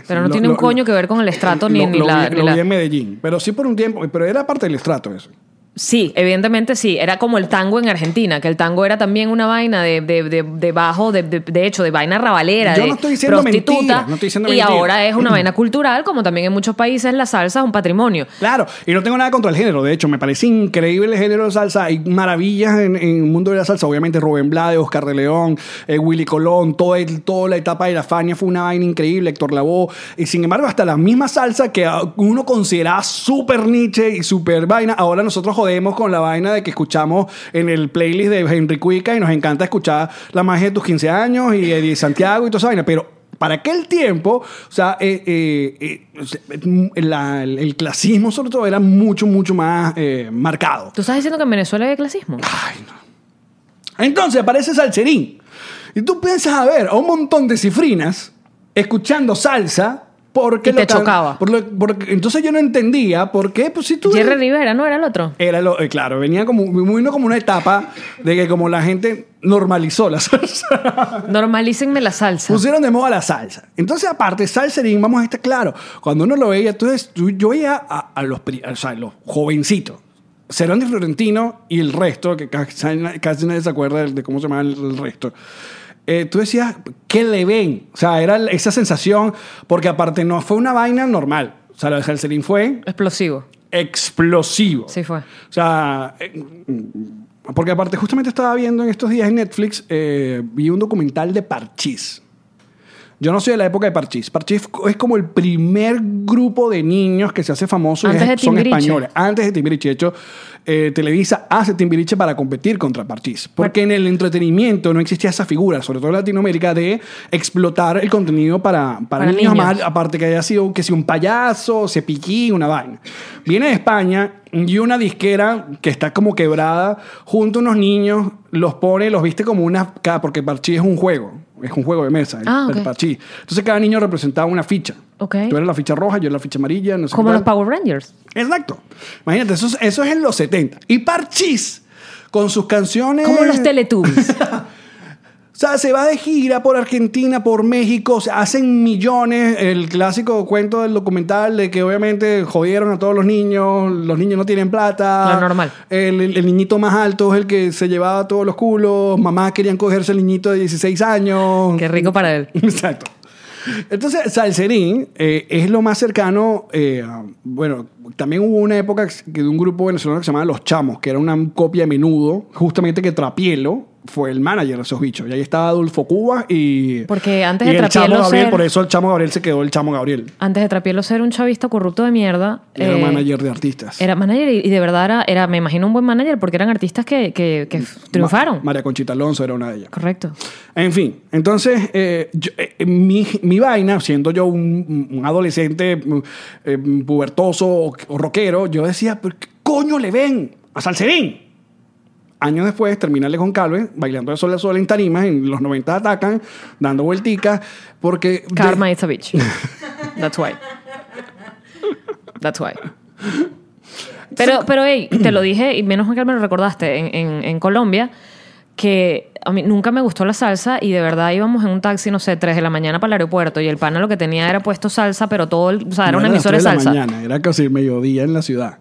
Speaker 3: Pero no
Speaker 2: Lo-
Speaker 3: tiene
Speaker 2: lo-
Speaker 3: un coño que ver con el estrato ni,
Speaker 2: lo,
Speaker 3: ni
Speaker 2: lo
Speaker 3: la.
Speaker 2: vi-
Speaker 3: ni
Speaker 2: lo
Speaker 3: la-
Speaker 2: vi en Medellín. Pero sí por un tiempo. Pero era parte del estrato eso.
Speaker 3: Sí, evidentemente sí. Era como el tango en Argentina, que el tango era también una vaina de, de, de- de bajo, de, de- de hecho, de vaina rabalera,
Speaker 2: Yo
Speaker 3: de
Speaker 2: no estoy diciendo
Speaker 3: prostituta.
Speaker 2: mentiras, no estoy diciendo
Speaker 3: y
Speaker 2: mentiras.
Speaker 3: ahora es una vaina cultural, como también en muchos países la salsa es un patrimonio.
Speaker 2: Claro. Y no tengo nada contra el género. De hecho, me parece increíble el género de salsa. Hay maravillas en, en el mundo de la salsa. Obviamente, Rubén Blades, Oscar de León, eh, Willy Colón, todo el- toda la etapa de la Fania fue una vaina increíble. Héctor Lavoe. Y sin embargo, hasta la misma salsa que ah, uno consideraba súper niche y súper vaina. Ahora nosotros jodemos con la vaina de que escuchamos en el playlist de Henry Cuica y nos encanta escuchar La magia de tus 15 años y Eddie Santiago y toda esa vaina. Pero para aquel tiempo, o sea, eh, eh, eh, o sea, eh, la- el, el clasismo sobre todo era mucho, mucho más eh, marcado.
Speaker 3: ¿Tú estás diciendo que en Venezuela hay clasismo?
Speaker 2: Ay, no. Entonces aparece Salserín. Y tú piensas, a ver, a un montón de cifrinas escuchando salsa Porque
Speaker 3: Y te
Speaker 2: can-
Speaker 3: chocaba.
Speaker 2: por lo- porque- entonces yo no entendía por qué, pues si tú...
Speaker 3: Jerry Rivera, ¿no? Era el otro.
Speaker 2: Era lo, eh, claro, venía como, vino como una etapa de que como la gente normalizó la salsa.
Speaker 3: Normalícenme la salsa.
Speaker 2: Pusieron de moda la salsa. Entonces, aparte, salserín, vamos a estar claro. Cuando uno lo veía, entonces tú- yo veía a, a los, pri- o sea, los jovencitos. Serán de Florentino y el resto, que casi, casi nadie se acuerda de cómo se llama el, el resto. Eh, tú decías, ¿qué le ven? O sea, era esa sensación, porque aparte no fue una vaina normal. O sea, lo de Salserín fue
Speaker 3: Explosivo.
Speaker 2: explosivo.
Speaker 3: Sí fue.
Speaker 2: O sea, eh, porque aparte justamente estaba viendo en estos días en Netflix, eh, vi un documental de Parchís. Yo no soy de la época de Parchís. Parchís es como el primer grupo de niños que se hace famoso y
Speaker 3: Antes
Speaker 2: es-
Speaker 3: de
Speaker 2: son
Speaker 3: Timbiriche.
Speaker 2: españoles. Antes de Timbiriche. De hecho, eh, Televisa hace Timbiriche para competir contra Parchís. Porque en el entretenimiento no existía esa figura, sobre todo en Latinoamérica, de explotar el contenido para, para,
Speaker 3: Para
Speaker 2: niños,
Speaker 3: niños.
Speaker 2: más- aparte que haya sido que si un payaso, se piquí, una vaina. Viene de España y una disquera que está como quebrada, junto a unos niños, los pone, los viste como una, cada- porque Parchís es un juego, es un juego de mesa, el-
Speaker 3: Ah, ok.
Speaker 2: el Parchís. Entonces cada niño representaba una ficha.
Speaker 3: Ok.
Speaker 2: Tú eres la ficha roja, yo era la ficha amarilla, no sé
Speaker 3: Como
Speaker 2: qué
Speaker 3: los
Speaker 2: tal.
Speaker 3: Power Rangers.
Speaker 2: Exacto. Imagínate, eso, es- eso es en los 70. Y Parchís, con sus canciones...
Speaker 3: Como los Teletubbies.
Speaker 2: O sea, se va de gira por Argentina, por México, se hacen millones. El clásico cuento del documental de que obviamente jodieron a todos los niños, los niños no tienen plata.
Speaker 3: Lo normal.
Speaker 2: El, el- el niñito más alto es el que se llevaba todos los culos. Mamás querían cogerse el niñito de 16 años.
Speaker 3: Qué rico para él.
Speaker 2: Exacto. Entonces, Salserín eh, es lo más cercano. eh, a- bueno, también hubo una época que de un grupo venezolano que se llamaba Los Chamos, que era una copia de menudo, justamente que Trapielo fue el manager de esos bichos. Y ahí estaba Adolfo Cuba y.
Speaker 3: Porque antes de
Speaker 2: y el
Speaker 3: Trapielo
Speaker 2: Chamo Gabriel,
Speaker 3: ser-
Speaker 2: por eso el Chamo Gabriel se quedó el Chamo Gabriel.
Speaker 3: Antes de Trapielo ser un chavista corrupto de mierda.
Speaker 2: Era
Speaker 3: eh,
Speaker 2: manager de artistas.
Speaker 3: Era manager y y de verdad era, era, me imagino, un buen manager porque eran artistas que, que- que triunfaron.
Speaker 2: Ma- María Conchita Alonso era una de ellas.
Speaker 3: Correcto.
Speaker 2: En fin, entonces eh, yo- eh, mi, mi vaina, siendo yo un, un adolescente mm, eh, pubertoso o, o rockero, yo decía, "¿Pero ¿qué coño le ven a Salserín? Años después, terminarle con Calve, bailando de sol a sol en tarimas, en los 90 atacan, dando vuelticas, porque... de-
Speaker 3: Karma is a bitch. That's why. That's why. Pero, pero hey, te lo dije, y menos mal que me lo recordaste, en, en- en Colombia, que a mí nunca me gustó la salsa y de verdad íbamos en un taxi, no sé, 3 de la mañana para el aeropuerto y el pana lo que tenía era puesto salsa, pero todo, el- o sea, era
Speaker 2: no
Speaker 3: una
Speaker 2: las
Speaker 3: emisora de
Speaker 2: tres
Speaker 3: salsa.
Speaker 2: la mañana, era casi mediodía en la ciudad.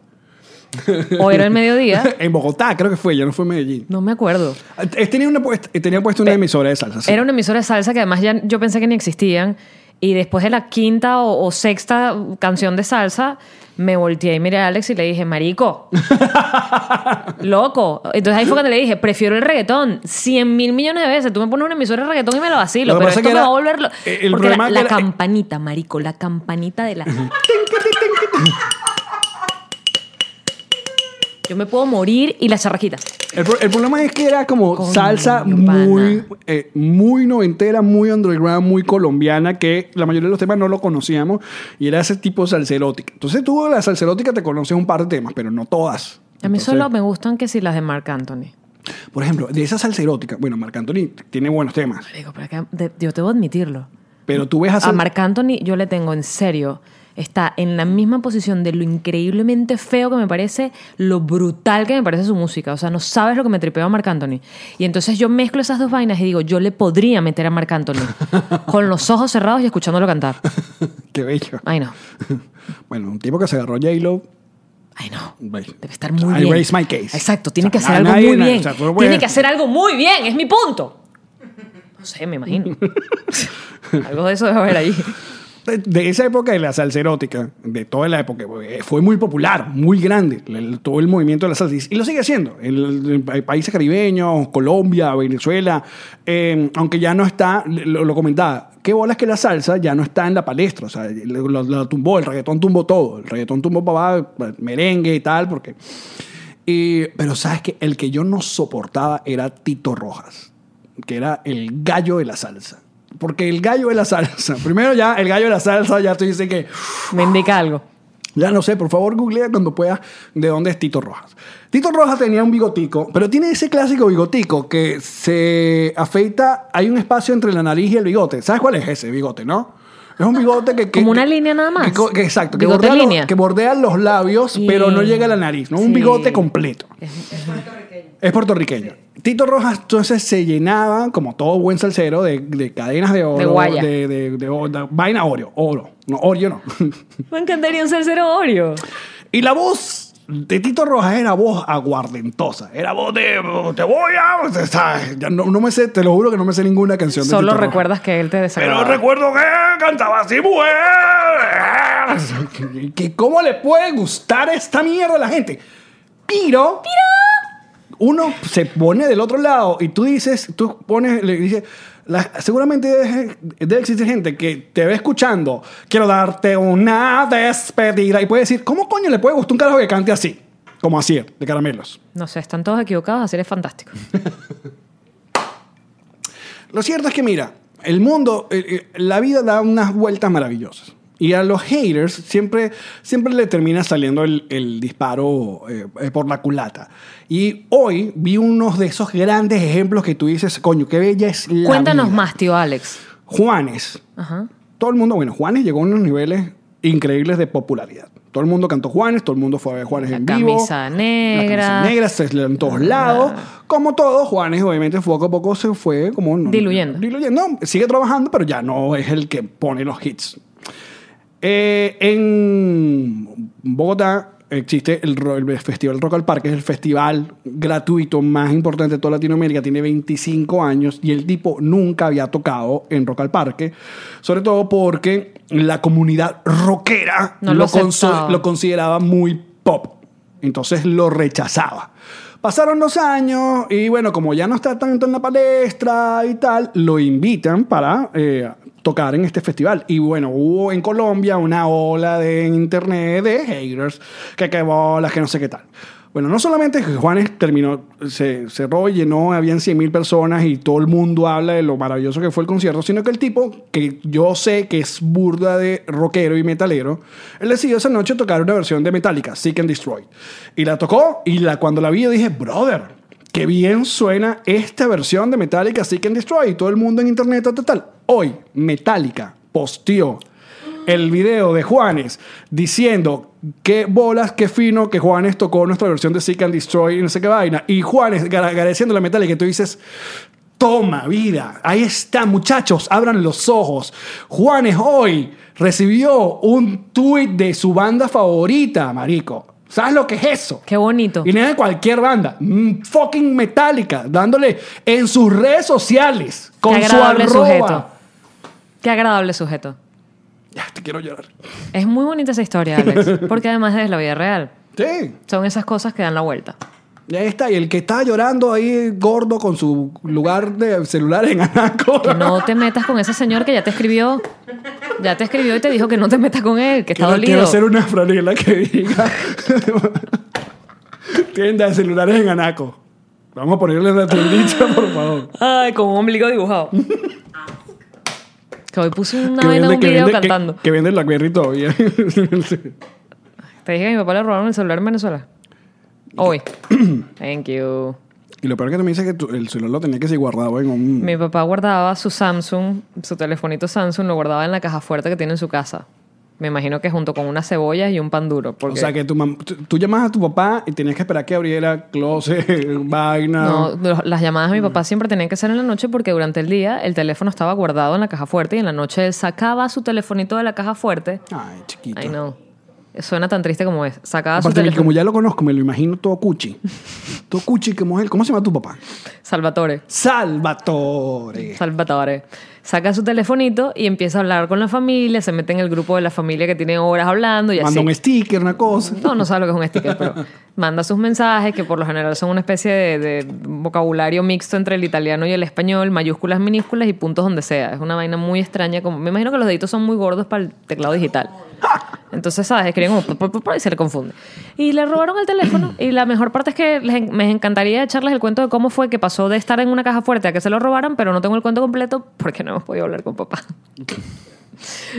Speaker 3: O era el mediodía,
Speaker 2: en Bogotá creo que fue, ya no fue en Medellín.
Speaker 3: no me acuerdo.
Speaker 2: Eh, Tenía, una, puest- eh, tenía puesto una emisora de salsa. sí.
Speaker 3: Era una emisora de salsa que además ya yo pensé que ni existían. Y después de la quinta o, o sexta canción de salsa, me volteé y miré a Alex y le dije, marico, loco. Entonces ahí fue cuando le dije, prefiero el reggaetón. Cien mil millones de veces. Tú me pones una emisora de reggaetón y me lo vacilo.
Speaker 2: Lo que
Speaker 3: pero
Speaker 2: pasa
Speaker 3: esto
Speaker 2: que
Speaker 3: me
Speaker 2: era-
Speaker 3: va a volverlo.
Speaker 2: el- el
Speaker 3: Porque
Speaker 2: problema
Speaker 3: la,
Speaker 2: que
Speaker 3: la
Speaker 2: era-
Speaker 3: campanita, marico, la campanita de la... Yo me puedo morir y la charraquita.
Speaker 2: El, pro- el problema es que era como
Speaker 3: Coño,
Speaker 2: salsa
Speaker 3: pana.
Speaker 2: muy, eh, muy noventera, muy underground, muy colombiana, que la mayoría de los temas no lo conocíamos y era ese tipo de salserótica. Entonces tú de la salserótica te conoces un par de temas, pero no todas.
Speaker 3: A mí
Speaker 2: Entonces,
Speaker 3: solo me gustan que si las de Marc Anthony.
Speaker 2: Por ejemplo, de esa salserótica, bueno, Marc Anthony tiene buenos temas,
Speaker 3: Marico, pero es que de- yo debo admitirlo.
Speaker 2: pero tú ves a,
Speaker 3: A
Speaker 2: sal-
Speaker 3: Ah, Marc Anthony yo le tengo en serio. Está en la misma posición de lo increíblemente feo que me parece, lo brutal que me parece su música. O sea, no sabes lo que me tripeó a Marc Anthony. Y entonces yo mezclo esas dos vainas y digo, yo le podría meter a Marc Anthony con los ojos cerrados y escuchándolo cantar.
Speaker 2: Qué bello.
Speaker 3: Ay, no.
Speaker 2: Bueno, un tipo que se agarró a J-Lo.
Speaker 3: Ay, no.
Speaker 2: Bueno.
Speaker 3: Debe estar muy
Speaker 2: I
Speaker 3: bien.
Speaker 2: raise my case.
Speaker 3: Exacto, tiene
Speaker 2: O sea,
Speaker 3: que hacer
Speaker 2: na-
Speaker 3: algo
Speaker 2: nadie-
Speaker 3: muy
Speaker 2: na-
Speaker 3: bien.
Speaker 2: o sea, pues tú no puedes-
Speaker 3: tiene que hacer algo muy bien, es mi punto. No sé, me imagino. algo de eso debe haber ahí.
Speaker 2: de, de esa época de la salsa erótica, de toda la época, eh, fue muy popular, muy grande, el- todo el movimiento de la salsa. Y lo sigue haciendo. En, el- en países caribeños, Colombia, Venezuela, eh, aunque ya no está, lo, lo comentaba, qué bolas que la salsa ya no está en la palestra. O sea, lo, lo- lo tumbó, el reggaetón tumbó todo. El reggaetón tumbó papá, merengue y tal, porque. Y- pero sabes que el que yo no soportaba era Tito Rojas, que era el gallo de la salsa. Porque el gallo de la salsa, primero ya, el gallo de la salsa, ya te dice que,
Speaker 3: Me indica algo.
Speaker 2: ya no sé, por favor googlea cuando puedas de dónde es Tito Rojas. Tito Rojas tenía un bigotico, pero tiene ese clásico bigotico que se afeita, hay un espacio entre la nariz y el bigote. ¿Sabes cuál es ese bigote, no? Es un bigote que... que-
Speaker 3: Como una
Speaker 2: que-
Speaker 3: línea nada más.
Speaker 2: que co- que exacto, que
Speaker 3: Bigote
Speaker 2: bordea, los-
Speaker 3: línea.
Speaker 2: que bordea los labios, pero no
Speaker 3: Sí.
Speaker 2: llega a la nariz, ¿no? Un
Speaker 3: Sí.
Speaker 2: bigote completo.
Speaker 4: Es puertorriqueño.
Speaker 2: Es puertorriqueño. Tito Rojas entonces se llenaba, como todo buen salsero, de, de cadenas de oro.
Speaker 3: De guaya.
Speaker 2: De, de- de o- de vaina Oreo. Oro. No, Oreo no.
Speaker 3: Me encantaría un salsero Oreo.
Speaker 2: y la voz de Tito Rojas era voz aguardentosa. Era voz de... Te voy a... ¿sabes? Ya No, no me sé, te lo juro que no me sé ninguna canción de
Speaker 3: Solo
Speaker 2: Tito Rojas.
Speaker 3: recuerdas que él te
Speaker 2: Pero
Speaker 3: desagradaba.
Speaker 2: recuerdo que cantaba así, mujer. ¿Que ¿Cómo le puede gustar esta mierda a la gente? Piro. Uno se pone del otro lado y tú dices, tú pones, le dices, la- seguramente debe, debe existir gente que te ve escuchando, quiero darte una despedida y puede decir, ¿cómo coño le puede gustar un carajo que cante así? Como así, de caramelos.
Speaker 3: No sé, están todos equivocados, hacer es fantástico.
Speaker 2: Lo cierto es que, mira, el mundo, eh, eh, la vida da unas vueltas maravillosas. Y a los haters siempre, siempre le termina saliendo el, el disparo eh, eh, por la culata. Y hoy vi unos de esos grandes ejemplos que tú dices, coño, qué bella es la
Speaker 3: Cuéntanos
Speaker 2: vida.
Speaker 3: más, tío Alex.
Speaker 2: Juanes.
Speaker 3: Ajá.
Speaker 2: Todo el mundo, bueno, Juanes llegó a unos niveles increíbles de popularidad. Todo el mundo cantó Juanes, todo el mundo fue a ver Juanes
Speaker 3: La
Speaker 2: en vivo.
Speaker 3: camisa
Speaker 2: La camisa
Speaker 3: negra.
Speaker 2: negra, se le en todos lados. Como todo, Juanes obviamente poco a poco se fue como... no-
Speaker 3: Diluyendo.
Speaker 2: Diluyendo. Sigue trabajando, pero ya no es el que pone los hits. Eh, en Bogotá existe el, ro- el Festival Rock al Parque, es el festival gratuito más importante de toda Latinoamérica, tiene 25 años y el tipo nunca había tocado en Rock al Parque, sobre todo porque la comunidad rockera
Speaker 3: No lo
Speaker 2: conso-
Speaker 3: aceptaba.
Speaker 2: lo consideraba muy pop, entonces lo rechazaba. Pasaron los años y bueno, como ya no está tanto en la palestra y tal, lo invitan para eh, tocar en este festival. Y bueno, hubo en Colombia una ola de internet de haters, que que bolas, que no sé qué tal. Bueno, no solamente que Juanes terminó, se cerró, llenó, habían 100.000 personas y todo el mundo habla de lo maravilloso que fue el concierto, sino que el tipo, que yo sé que es burda de rockero y metalero, él decidió esa noche tocar una versión de Metallica, Seek and Destroy. Y la tocó y la, cuando la vi yo dije, brother, qué bien suena esta versión de Metallica, Seek and Destroy. Y todo el mundo en internet, tal, tal, tal. Hoy, Metallica posteó el video de Juanes diciendo qué bolas, qué fino que Juanes tocó nuestra versión de Seek and Destroy y no sé qué vaina. Y Juanes gra- agradeciendo la metal y que tú dices, toma vida, ahí está muchachos, abran los ojos. Juanes hoy recibió un tweet de su banda favorita, marico. ¿Sabes lo que es eso?
Speaker 3: Qué bonito.
Speaker 2: Y no es de cualquier banda, mm, fucking metálica, dándole en sus redes sociales con
Speaker 3: Qué
Speaker 2: su
Speaker 3: agradable
Speaker 2: arroba.
Speaker 3: sujeto. Qué agradable sujeto.
Speaker 2: Ya, te quiero llorar.
Speaker 3: Es muy bonita esa historia, Alex, porque además es la vida real.
Speaker 2: Sí.
Speaker 3: Son esas cosas que dan la vuelta.
Speaker 2: Y ahí está, y el que está llorando ahí gordo con su lugar de celular en Anaco.
Speaker 3: Que no te metas con ese señor que ya te escribió. Ya te escribió y te dijo que no te metas con él, que está
Speaker 2: quiero, quiero
Speaker 3: dolido.
Speaker 2: hacer una franela que diga tienda de celulares en Anaco. Vamos a ponerle la tiendita, por favor.
Speaker 3: Ay, con un ombligo dibujado. que hoy puse una
Speaker 2: Que
Speaker 3: vaina de
Speaker 2: vende-
Speaker 3: un
Speaker 2: que vende-
Speaker 3: video
Speaker 2: que-
Speaker 3: cantando.
Speaker 2: Que vende la Blackberry todavía.
Speaker 3: Te dije que a mi papá le robaron el celular en Venezuela. Hoy. Thank you.
Speaker 2: y lo peor que tú me dices es que tú- el celular lo tenía que ser guardado en un...
Speaker 3: Mi papá guardaba su Samsung, su telefonito Samsung, lo guardaba en la caja fuerte que tiene en su casa. Me imagino que junto con unas cebollas y un pan duro. Porque
Speaker 2: O sea, que tu mam- tú, tú llamabas a tu papá y tenías que esperar que abriera closet, vaina...
Speaker 3: no, lo- las llamadas de mi
Speaker 2: Mm.
Speaker 3: papá siempre tenían que ser en la noche porque durante el día el teléfono estaba guardado en la caja fuerte y en la noche él sacaba su telefonito de la caja fuerte.
Speaker 2: Ay, chiquito.
Speaker 3: Ay, no. Suena tan triste como es. Sacaba
Speaker 2: Aparte,
Speaker 3: Ah, su
Speaker 2: que como
Speaker 3: teléfono.
Speaker 2: ya lo conozco, me lo imagino todo cuchi. todo cuchi como él. ¿Cómo se llama tu papá?
Speaker 3: Salvatore.
Speaker 2: Salvatore.
Speaker 3: Salvatore. Saca su telefonito y empieza a hablar con la familia, se mete en el grupo de la familia que tiene horas hablando y
Speaker 2: Manda
Speaker 3: así.
Speaker 2: un sticker, una cosa.
Speaker 3: No, no sabe lo que es un sticker, pero manda sus mensajes, que por lo general son una especie de, de vocabulario mixto entre el italiano y el español, mayúsculas, minúsculas y puntos donde sea. Es una vaina muy extraña. Como, me imagino que los deditos son muy gordos para el teclado digital. Entonces, ¿sabes? Escriben como... pu- pu- pu- pu- y se le confunde. Y le robaron el teléfono. Y la mejor parte es que les en- me encantaría echarles el cuento de cómo fue que pasó de estar en una caja fuerte a que se lo robaran, pero no tengo el cuento completo porque no hemos podido hablar con papá.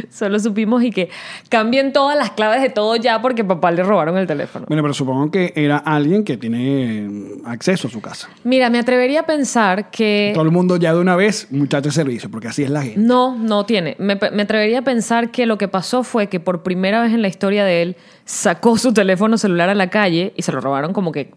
Speaker 3: Solo supimos y que cambien todas las claves de todo ya porque papá le robaron el teléfono.
Speaker 2: Bueno, pero supongo que era alguien que tiene eh, acceso a su casa.
Speaker 3: Mira, me atrevería a pensar que...
Speaker 2: Todo el mundo ya de una vez, muchacho de servicio, porque así es la gente.
Speaker 3: No, no tiene. Me, pe- me atrevería a pensar que lo que pasó fue que por primera vez en la historia de él sacó su teléfono celular a la calle y se lo robaron como que...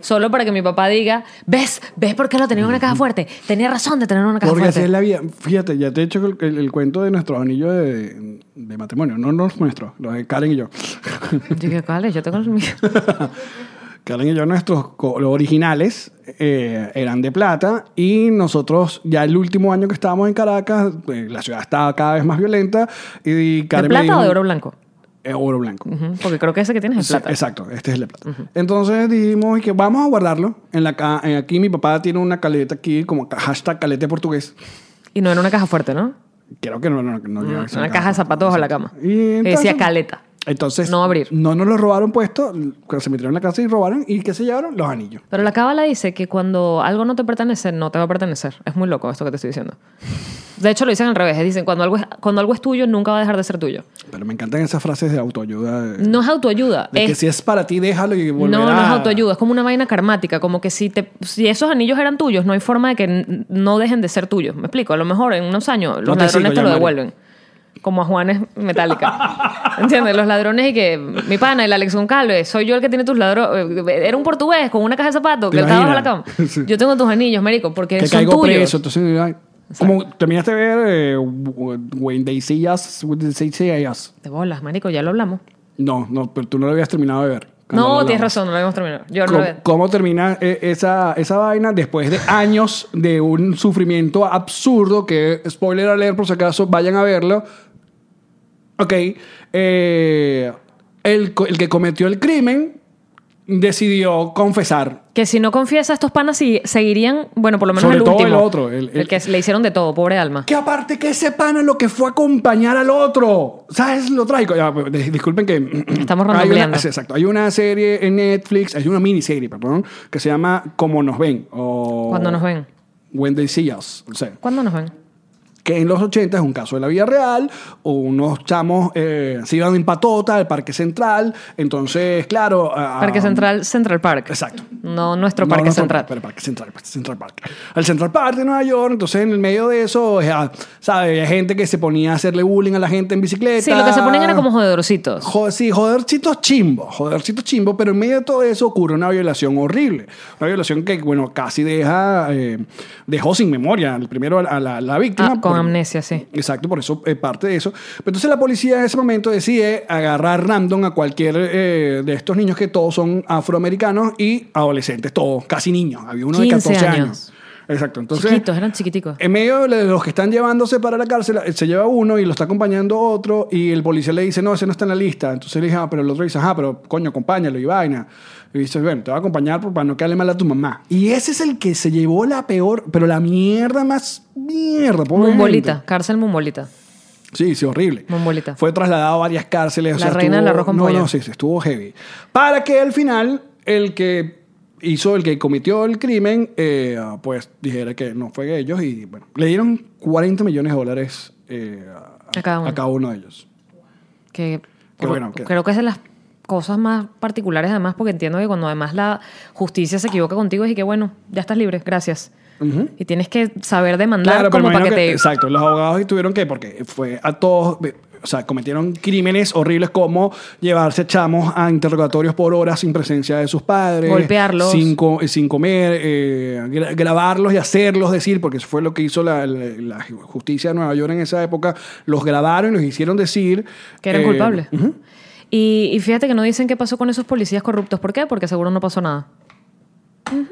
Speaker 3: Solo para que mi papá diga, ¿ves? ¿Ves por qué lo tenía en una caja fuerte? Tenía razón de tener una caja
Speaker 2: Porque así
Speaker 3: fuerte.
Speaker 2: es la vida. Fíjate, ya te he hecho el, el- el cuento de nuestros anillos de, de matrimonio. No los nuestros, los de Karen y yo.
Speaker 3: Yo dije, "Vale, yo tengo el mío".
Speaker 2: Karen y yo, nuestros co- los originales eh, eran de plata y nosotros, ya el último año que estábamos en Caracas, eh, la ciudad estaba cada vez más violenta y Karen
Speaker 3: ¿De
Speaker 2: me
Speaker 3: plata o
Speaker 2: dijo-
Speaker 3: de oro blanco?
Speaker 2: Eh, oro blanco.
Speaker 3: Ujú, Porque creo que ese que tienes es
Speaker 2: Sí,
Speaker 3: de plata.
Speaker 2: exacto, este es el de plata. Entonces dijimos que vamos a guardarlo. En la ca- eh, aquí mi papá tiene una caleta aquí, como ca- hashtag caleta portugués.
Speaker 3: Y no era una caja fuerte, ¿no?
Speaker 2: Creo que no, no, no, no llega a ser
Speaker 3: Una caja de zapatos bajo la cama.
Speaker 2: Y
Speaker 3: Que decía
Speaker 2: entonces-
Speaker 3: caleta.
Speaker 2: Entonces,
Speaker 3: No abrir.
Speaker 2: No nos lo robaron puesto, se metieron en la casa y robaron. ¿Y qué se llevaron? Los anillos.
Speaker 3: Pero la cábala dice que cuando algo no te pertenece, no te va a pertenecer. Es muy loco esto que te estoy diciendo. De hecho, lo dicen al revés. Dicen, cuando algo es, cuando algo es tuyo, nunca va a dejar de ser tuyo.
Speaker 2: Pero me encantan esas frases de autoayuda. De,
Speaker 3: No es autoayuda.
Speaker 2: de que
Speaker 3: es,
Speaker 2: si es para ti, déjalo y volverá.
Speaker 3: no, no es autoayuda. Es como una vaina karmática. Como que si, te, si esos anillos eran tuyos, no hay forma de que n- no dejen de ser tuyos. Me explico. A lo mejor en unos años los
Speaker 2: No te
Speaker 3: ladrones
Speaker 2: sigo,
Speaker 3: te lo
Speaker 2: Yamari.
Speaker 3: devuelven. Como a Juanes Metálica. ¿Entiendes? Los ladrones y que mi pana, el Alex Goncalves, soy yo el que tiene tus ladrones. eh, Era un portugués con una caja de zapatos
Speaker 2: ¿Te
Speaker 3: que estaba bajo la
Speaker 2: imaginas?
Speaker 3: cama.
Speaker 2: Sí.
Speaker 3: Yo tengo tus anillos, marico, porque
Speaker 2: Que
Speaker 3: son
Speaker 2: caigo
Speaker 3: tuyos.
Speaker 2: preso. Entonces, ay, como terminaste de ver eh, When They See Us, When They See Us.
Speaker 3: De bolas, marico, ya lo hablamos.
Speaker 2: No, no, pero tú no lo habías terminado de ver. cuando
Speaker 3: no,
Speaker 2: hablamos.
Speaker 3: tienes razón, no lo habíamos terminado. Yo no lo
Speaker 2: ¿Cómo,
Speaker 3: veo.
Speaker 2: cómo termina eh, esa, esa vaina después de años de un sufrimiento absurdo que, spoiler alert por si acaso, vayan a verlo? Ok. eh, el, co- el que cometió el crimen decidió confesar.
Speaker 3: Que si no confiesa, estos panas sí seguirían, bueno, por lo menos
Speaker 2: Sobre
Speaker 3: el
Speaker 2: todo
Speaker 3: último.
Speaker 2: el otro, el- el-
Speaker 3: que le hicieron de todo, pobre alma.
Speaker 2: Que aparte que ese pana lo que fue a acompañar al otro. ¿Sabes lo trágico? Ya, pues, dis- disculpen que...
Speaker 3: Estamos
Speaker 2: hay una,
Speaker 3: redondeando.
Speaker 2: sí, Exacto. Hay una serie en Netflix, hay una miniserie, perdón, que se llama Como nos ven. O
Speaker 3: Cuando nos ven.
Speaker 2: When They See Us. O sea,
Speaker 3: ¿Cuándo nos ven?
Speaker 2: que en los 80 es un caso de la vida real, unos chamos eh, se iban en patota al Parque Central, entonces, claro... ah,
Speaker 3: Parque Central, Central Park.
Speaker 2: Exacto.
Speaker 3: No nuestro
Speaker 2: No,
Speaker 3: Parque
Speaker 2: no,
Speaker 3: Central.
Speaker 2: Pero Parque Central, Parque Central Park. Al Central Park de Nueva York, entonces en el medio de eso, o sea, ¿sabes? Hay gente que se ponía a hacerle bullying a la gente en bicicleta.
Speaker 3: sí, lo que se ponían era como jodedorcitos.
Speaker 2: Jo- sí, jodercitos chimbo, jodercitos chimbo, pero en medio de todo eso ocurre una violación horrible. Una violación que, bueno, casi deja, eh, dejó sin memoria al- primero a la, a la- la víctima.
Speaker 3: Ah,
Speaker 2: por-
Speaker 3: con amnesia, sí.
Speaker 2: Exacto, por eso eh, parte de eso. Pero entonces la policía en ese momento decide agarrar random a cualquier eh, de estos niños que todos son afroamericanos y adolescentes, todos, casi niños. Había uno de
Speaker 3: 15
Speaker 2: 14 años.
Speaker 3: años.
Speaker 2: Exacto, entonces...
Speaker 3: chiquitos, eran chiquiticos.
Speaker 2: En medio de los que están llevándose para la cárcel, eh, se lleva uno y lo está acompañando otro y el policía le dice, no, ese no está en la lista. Entonces le dice, ah, pero el otro dice, ah, pero coño, acompáñalo y vaina. Y dice, bueno, te voy a acompañar por- para no quedarle mal a tu mamá. Y ese es el que se llevó la peor, pero la mierda más mierda. pobre
Speaker 3: Mumbolita,
Speaker 2: gente.
Speaker 3: cárcel Mumbolita.
Speaker 2: Sí, sí, horrible.
Speaker 3: Mumbolita.
Speaker 2: Fue trasladado a varias cárceles. o
Speaker 3: La
Speaker 2: sea,
Speaker 3: reina del
Speaker 2: estuvo-
Speaker 3: arroz con
Speaker 2: no,
Speaker 3: pollo.
Speaker 2: No, sí, sí, estuvo heavy. Para que al final el que hizo, el que cometió el crimen, eh, pues dijera que no fue ellos y bueno, le dieron 40 millones de dólares eh, a,
Speaker 3: A cada uno.
Speaker 2: de ellos.
Speaker 3: que
Speaker 2: Qué
Speaker 3: por-
Speaker 2: bueno, qué-
Speaker 3: creo que es de las cosas más particulares además porque entiendo que cuando además la justicia se equivoca contigo es y que bueno ya estás libre gracias y tienes que saber demandar
Speaker 2: pero
Speaker 3: como para que,
Speaker 2: imagino
Speaker 3: te
Speaker 2: Exacto, los abogados tuvieron que, porque fue a todos, o sea, cometieron crímenes horribles como llevarse chamos a interrogatorios por horas sin presencia de sus padres.
Speaker 3: Golpearlos.
Speaker 2: Sin, co- sin comer, eh, gra- grabarlos y hacerlos decir, porque eso fue lo que hizo la, la- la justicia de Nueva York en esa época. Los grabaron y los hicieron decir.
Speaker 3: que eran
Speaker 2: eh,
Speaker 3: culpables y, y fíjate que no dicen qué pasó con esos policías corruptos ¿por qué? porque seguro no pasó nada Ujú.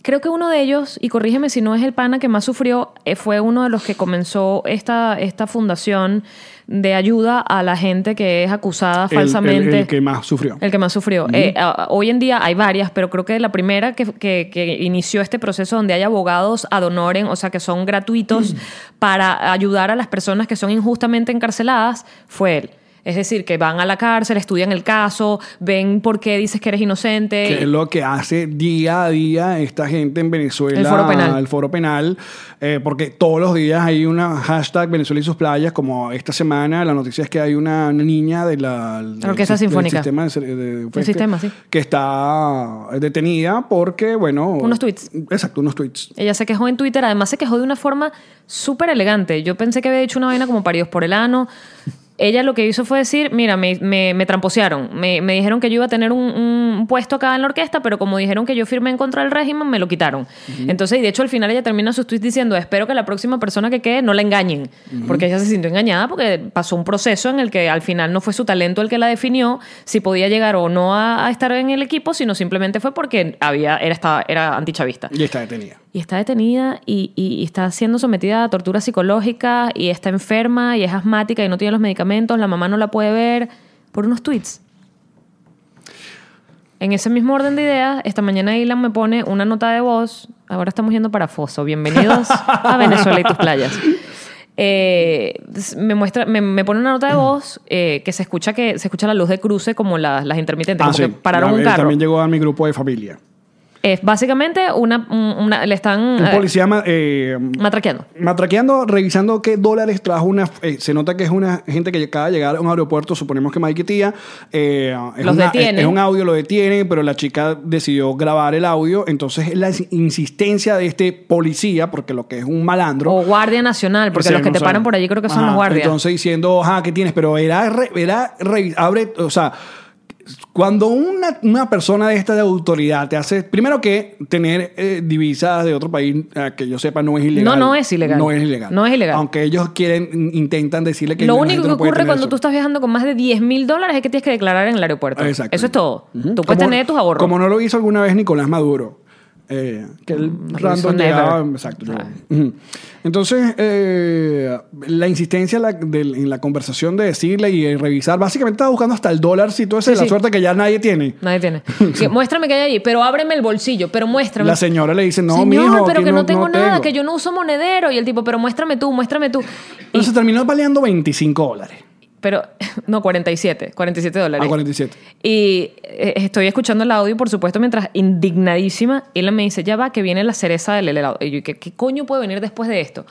Speaker 3: creo que uno de ellos y corrígeme si no es el pana que más sufrió eh, fue uno de los que comenzó esta, esta fundación de ayuda a la gente que es acusada
Speaker 2: el- el-
Speaker 3: falsamente
Speaker 2: El, que más sufrió.
Speaker 3: El que más sufrió. Eh, a- a- hoy en día hay varias, pero creo que la primera que, que- que inició este proceso donde hay abogados ad honorem, o sea, que son gratuitos para ayudar a las personas que son injustamente encarceladas, fue él. Es decir, que van a la cárcel, estudian el caso, ven por qué dices que eres inocente.
Speaker 2: que es lo que hace día a día esta gente en Venezuela.
Speaker 3: El foro penal.
Speaker 2: el foro penal, eh, porque todos los días hay una hashtag Venezuela y sus playas, como esta semana la noticia es que hay una niña de la... del
Speaker 3: Orquesta
Speaker 2: sis- del
Speaker 3: Sinfónica.
Speaker 2: sistema de ser- de- fue
Speaker 3: Del
Speaker 2: este,
Speaker 3: sistema, sí.
Speaker 2: Que está detenida porque, bueno...
Speaker 3: Unos tweets.
Speaker 2: Exacto, unos tweets.
Speaker 3: Ella se quejó en Twitter, además se quejó de una forma súper elegante. Yo pensé que había dicho una vaina como paridos por el ano. Ella lo que hizo fue decir, mira, me, me, me tramposearon, me, me dijeron que yo iba a tener un, un puesto acá en la orquesta, pero como dijeron que yo firmé en contra del régimen, me lo quitaron. Entonces, y de hecho al final ella termina sus tweets diciendo, espero que la próxima persona que quede no la engañen, porque ella se sintió engañada porque pasó un proceso en el que al final no fue su talento el que la definió, si podía llegar o no a, a estar en el equipo, sino simplemente fue porque había, era, estaba, era antichavista
Speaker 2: Y está detenida.
Speaker 3: y está detenida y, y- y está siendo sometida a tortura psicológica y está enferma y es asmática y no tiene los medicamentos, la mamá no la puede ver por unos tweets. En ese mismo orden de ideas, esta mañana Ilan me pone una nota de voz. Ahora estamos yendo para Foso. Bienvenidos a Venezuela y tus playas. Eh, me muestra, me, me pone una nota de voz eh, que se escucha que se escucha la luz de cruce como las, las intermitentes,
Speaker 2: Ah,
Speaker 3: como
Speaker 2: sí.
Speaker 3: que pararon
Speaker 2: La-
Speaker 3: un
Speaker 2: él
Speaker 3: carro.
Speaker 2: También llegó a mi grupo de familia.
Speaker 3: Es básicamente una, un- una- le están
Speaker 2: Un
Speaker 3: eh,
Speaker 2: policía... ma- eh,
Speaker 3: matraqueando.
Speaker 2: Matraqueando, revisando qué dólares trajo una. eh, se nota que es una gente que acaba de llegar a un aeropuerto, suponemos que Mike y Tía. eh, es
Speaker 3: Los
Speaker 2: una-
Speaker 3: detienen.
Speaker 2: Es, es un audio, lo detienen, pero la chica decidió grabar el audio. Entonces, la ins- insistencia de este policía, porque lo que es un malandro.
Speaker 3: O Guardia Nacional, porque
Speaker 2: Sí,
Speaker 3: los que
Speaker 2: no
Speaker 3: te
Speaker 2: sé.
Speaker 3: paran por allí creo que son
Speaker 2: Ajá,
Speaker 3: los guardias.
Speaker 2: Entonces diciendo, ajá, ¿qué tienes? Pero era, re- era re- abre, o sea, cuando una, una persona de esta de autoridad te hace, primero que tener eh, divisas de otro país, eh, que yo sepa, no es ilegal.
Speaker 3: No, no es ilegal.
Speaker 2: No es ilegal.
Speaker 3: No es ilegal.
Speaker 2: Aunque ellos quieren, intentan decirle que
Speaker 3: lo
Speaker 2: la
Speaker 3: único
Speaker 2: gente
Speaker 3: que
Speaker 2: no puede
Speaker 3: ocurre
Speaker 2: tener
Speaker 3: cuando
Speaker 2: eso.
Speaker 3: tú estás viajando con más de 10 mil dólares es que tienes que declarar en el aeropuerto.
Speaker 2: Exacto.
Speaker 3: Eso es todo.
Speaker 2: Ujú.
Speaker 3: Tú puedes
Speaker 2: Como-
Speaker 3: tener tus ahorros.
Speaker 2: Como no lo hizo alguna vez Nicolás Maduro. eh, que él
Speaker 3: lo hizo
Speaker 2: random llegaba,
Speaker 3: never.
Speaker 2: exacto.
Speaker 3: Ah.
Speaker 2: llegaba. Ujú. Entonces, eh, la insistencia la- del- en la conversación de decirle y eh, revisar, básicamente estaba buscando hasta el dólar, si todo ese
Speaker 3: Sí,
Speaker 2: de la
Speaker 3: sí.
Speaker 2: suerte que ya nadie tiene.
Speaker 3: Nadie tiene. Que, muéstrame que hay allí, pero ábreme el bolsillo, pero muéstrame.
Speaker 2: La señora le dice, no,
Speaker 3: Señor,
Speaker 2: mijo,
Speaker 3: pero
Speaker 2: aquí
Speaker 3: que no,
Speaker 2: no
Speaker 3: tengo nada,
Speaker 2: tengo".
Speaker 3: que yo no uso monedero. Y el tipo, pero muéstrame tú, muéstrame tú.
Speaker 2: Pero se terminó paleando 25 dólares.
Speaker 3: Pero, no, 47, 47 dólares.
Speaker 2: A 47.
Speaker 3: Y eh, estoy escuchando el audio, por supuesto, mientras indignadísima, él me dice, ya va, que viene la cereza del helado. Y yo, ¿qué, qué coño puede venir después de esto?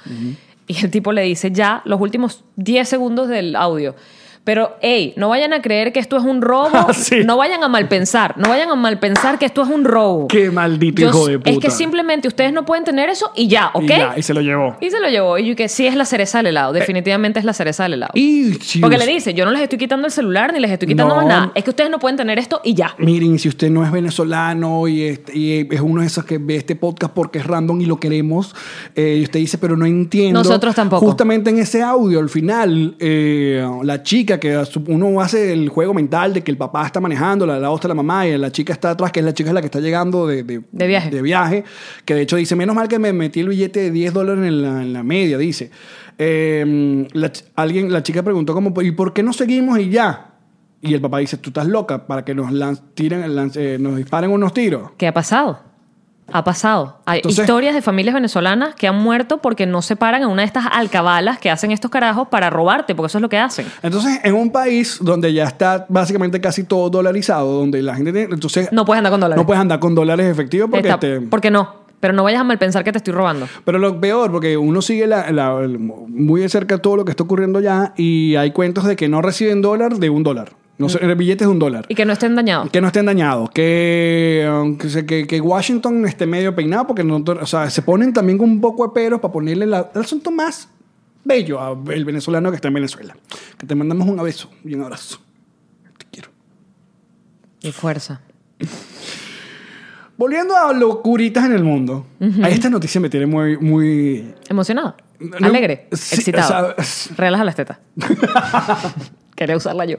Speaker 3: Y el tipo le dice, ya, los últimos 10 segundos del audio. Pero, hey, no vayan a creer que esto es un robo.
Speaker 2: Ah, Sí.
Speaker 3: No vayan a malpensar. No vayan a malpensar que esto es un robo.
Speaker 2: Qué maldito
Speaker 3: Yo-
Speaker 2: hijo de puta.
Speaker 3: Es que simplemente ustedes no pueden tener eso y ya, ¿ok?
Speaker 2: Y ya, y se lo llevó.
Speaker 3: Y se lo llevó. Y yo que sí es la cereza del helado. Definitivamente es la cereza del helado.
Speaker 2: Y si
Speaker 3: Porque le
Speaker 2: usted-
Speaker 3: dice, yo no les estoy quitando el celular ni les estoy quitando
Speaker 2: No.
Speaker 3: más nada. Es que ustedes no pueden tener esto y ya.
Speaker 2: Miren, si usted no es venezolano y es, y es uno de esos que ve este podcast porque es random y lo queremos, eh, y usted dice, pero no entiendo.
Speaker 3: Nosotros tampoco.
Speaker 2: Justamente en ese audio, al final, eh, la chica que su- uno hace el juego mental de que el papá está manejando, la lado está la mamá y la chica está atrás, que es la chica la que está llegando de, de,
Speaker 3: De viaje.
Speaker 2: viaje, que de hecho dice, menos mal que me metí el billete de 10 dólares en la, en la media, dice. Eh, la, ch- alguien, la chica preguntó como, ¿y por qué no seguimos y ya? Y el papá dice, tú estás loca para que nos, lan- tiren, lan- eh, nos disparen unos tiros.
Speaker 3: ¿Qué ha pasado? Ha pasado. Hay
Speaker 2: Entonces-
Speaker 3: historias de familias venezolanas que han muerto porque no se paran en una de estas alcabalas que hacen estos carajos para robarte, porque eso es lo que hacen.
Speaker 2: Entonces, en un país donde ya está básicamente casi todo dolarizado, donde la gente tiene, entonces
Speaker 3: No puedes andar con dólares.
Speaker 2: no puedes andar con dólares efectivos porque
Speaker 3: Está-
Speaker 2: te-
Speaker 3: porque no. Pero no vayas a malpensar que te estoy robando.
Speaker 2: Pero lo peor, porque uno sigue la- la- el- muy de cerca todo lo que está ocurriendo allá y hay cuentos de que no reciben dólar de un dólar. No sé, billetes de un dólar.
Speaker 3: Mm. Y que no estén dañados.
Speaker 2: Que no estén dañados, que, aunque se- que, que Washington esté medio peinado, porque no, o sea, se ponen también un poco de peros para ponerle la- el asunto más bello al venezolano que está en Venezuela. Que te mandamos un abrazo y un abrazo. Te quiero.
Speaker 3: Y fuerza.
Speaker 2: Volviendo a locuritas en el mundo, a esta noticia me tiene muy, muy
Speaker 3: Emocionado.
Speaker 2: No,
Speaker 3: Alegre.
Speaker 2: sí,
Speaker 3: excitado.
Speaker 2: o sea,
Speaker 3: Relaja las tetas. Quería usarla yo.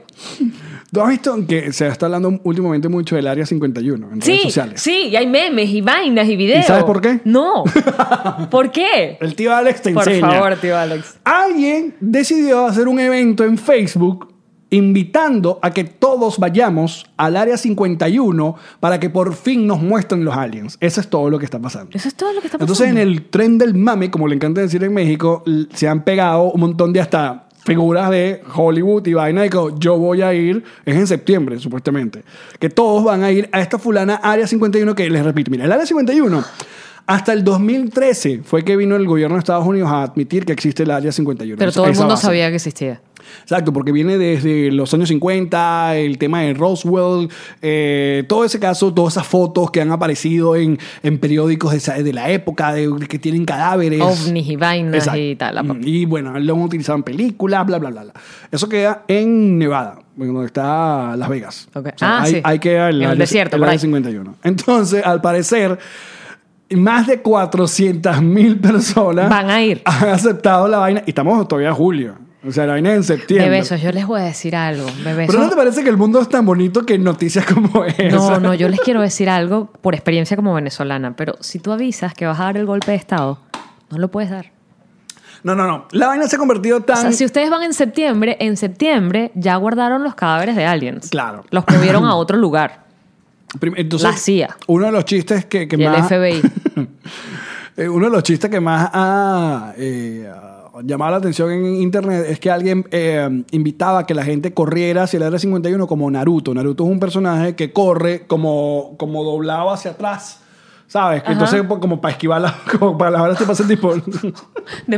Speaker 2: ¿Tú has visto que se está hablando últimamente mucho del Área 51 en redes
Speaker 3: Sí,
Speaker 2: sociales?
Speaker 3: sí, y hay memes y vainas y videos.
Speaker 2: sabes por qué?
Speaker 3: No. ¿Por qué?
Speaker 2: El tío Alex te
Speaker 3: Por
Speaker 2: enseña.
Speaker 3: favor, tío Alex.
Speaker 2: Alguien decidió hacer un evento en Facebook invitando a que todos vayamos al Área 51 para que por fin nos muestren los aliens. Eso es todo lo que está pasando.
Speaker 3: Eso es todo lo que está pasando.
Speaker 2: Entonces, en el tren del mame, como le encanta decir en México, l- se han pegado un montón de hasta figuras de Hollywood y vaina y como, yo voy a ir, es en septiembre supuestamente, que todos van a ir a esta fulana Área 51 que les repito, mira, el Área 51 hasta el 2013 fue que vino el gobierno de Estados Unidos a admitir que existe el Área 51.
Speaker 3: Pero
Speaker 2: esa-
Speaker 3: todo el
Speaker 2: esa
Speaker 3: mundo
Speaker 2: base.
Speaker 3: sabía que existía.
Speaker 2: Exacto, porque viene desde los años 50, el tema de Roswell, eh, todo ese caso, todas esas fotos que han aparecido en, en periódicos de, esa- de la época, de, que tienen cadáveres.
Speaker 3: Ovnis y vainas
Speaker 2: Exacto.
Speaker 3: y tal. la pa-
Speaker 2: Mm, Y bueno, lo han utilizado en películas, bla, bla, bla, bla. Eso queda en Nevada, bueno, donde está Las Vegas.
Speaker 3: Ok.
Speaker 2: O sea,
Speaker 3: Ah,
Speaker 2: ahí,
Speaker 3: sí.
Speaker 2: ahí queda el,
Speaker 3: En el
Speaker 2: área-
Speaker 3: desierto, por
Speaker 2: área
Speaker 3: ahí.
Speaker 2: 51. Entonces, al parecer, más de 400 mil personas
Speaker 3: Van a ir.
Speaker 2: han aceptado la vaina. Y estamos todavía en julio. O sea, la vaina es en septiembre.
Speaker 3: Bebesos, yo les voy a decir algo. Bebesos.
Speaker 2: Pero ¿no te parece que el mundo es tan bonito que noticias como esa?
Speaker 3: No, no, yo les quiero decir algo por experiencia como venezolana, pero si tú avisas que vas a dar el golpe de Estado, no lo puedes dar.
Speaker 2: No, no, no. La vaina se ha convertido
Speaker 3: O
Speaker 2: tan...
Speaker 3: sea, si ustedes van en septiembre, en septiembre ya guardaron los cadáveres de aliens.
Speaker 2: Claro.
Speaker 3: Los movieron a otro lugar.
Speaker 2: Prim- Entonces,
Speaker 3: La CIA.
Speaker 2: Uno de los chistes que, que
Speaker 3: y el
Speaker 2: más...
Speaker 3: FBI.
Speaker 2: Eh, uno de los chistes que más ha eh, ha llamado la atención en internet es que alguien eh, invitaba a que la gente corriera hacia el área 51 como Naruto. Naruto es un personaje que corre como, como doblado hacia atrás. ¿Sabes? Que Entonces, po- como para esquivar las, como para las balas te pasan tipo.
Speaker 3: De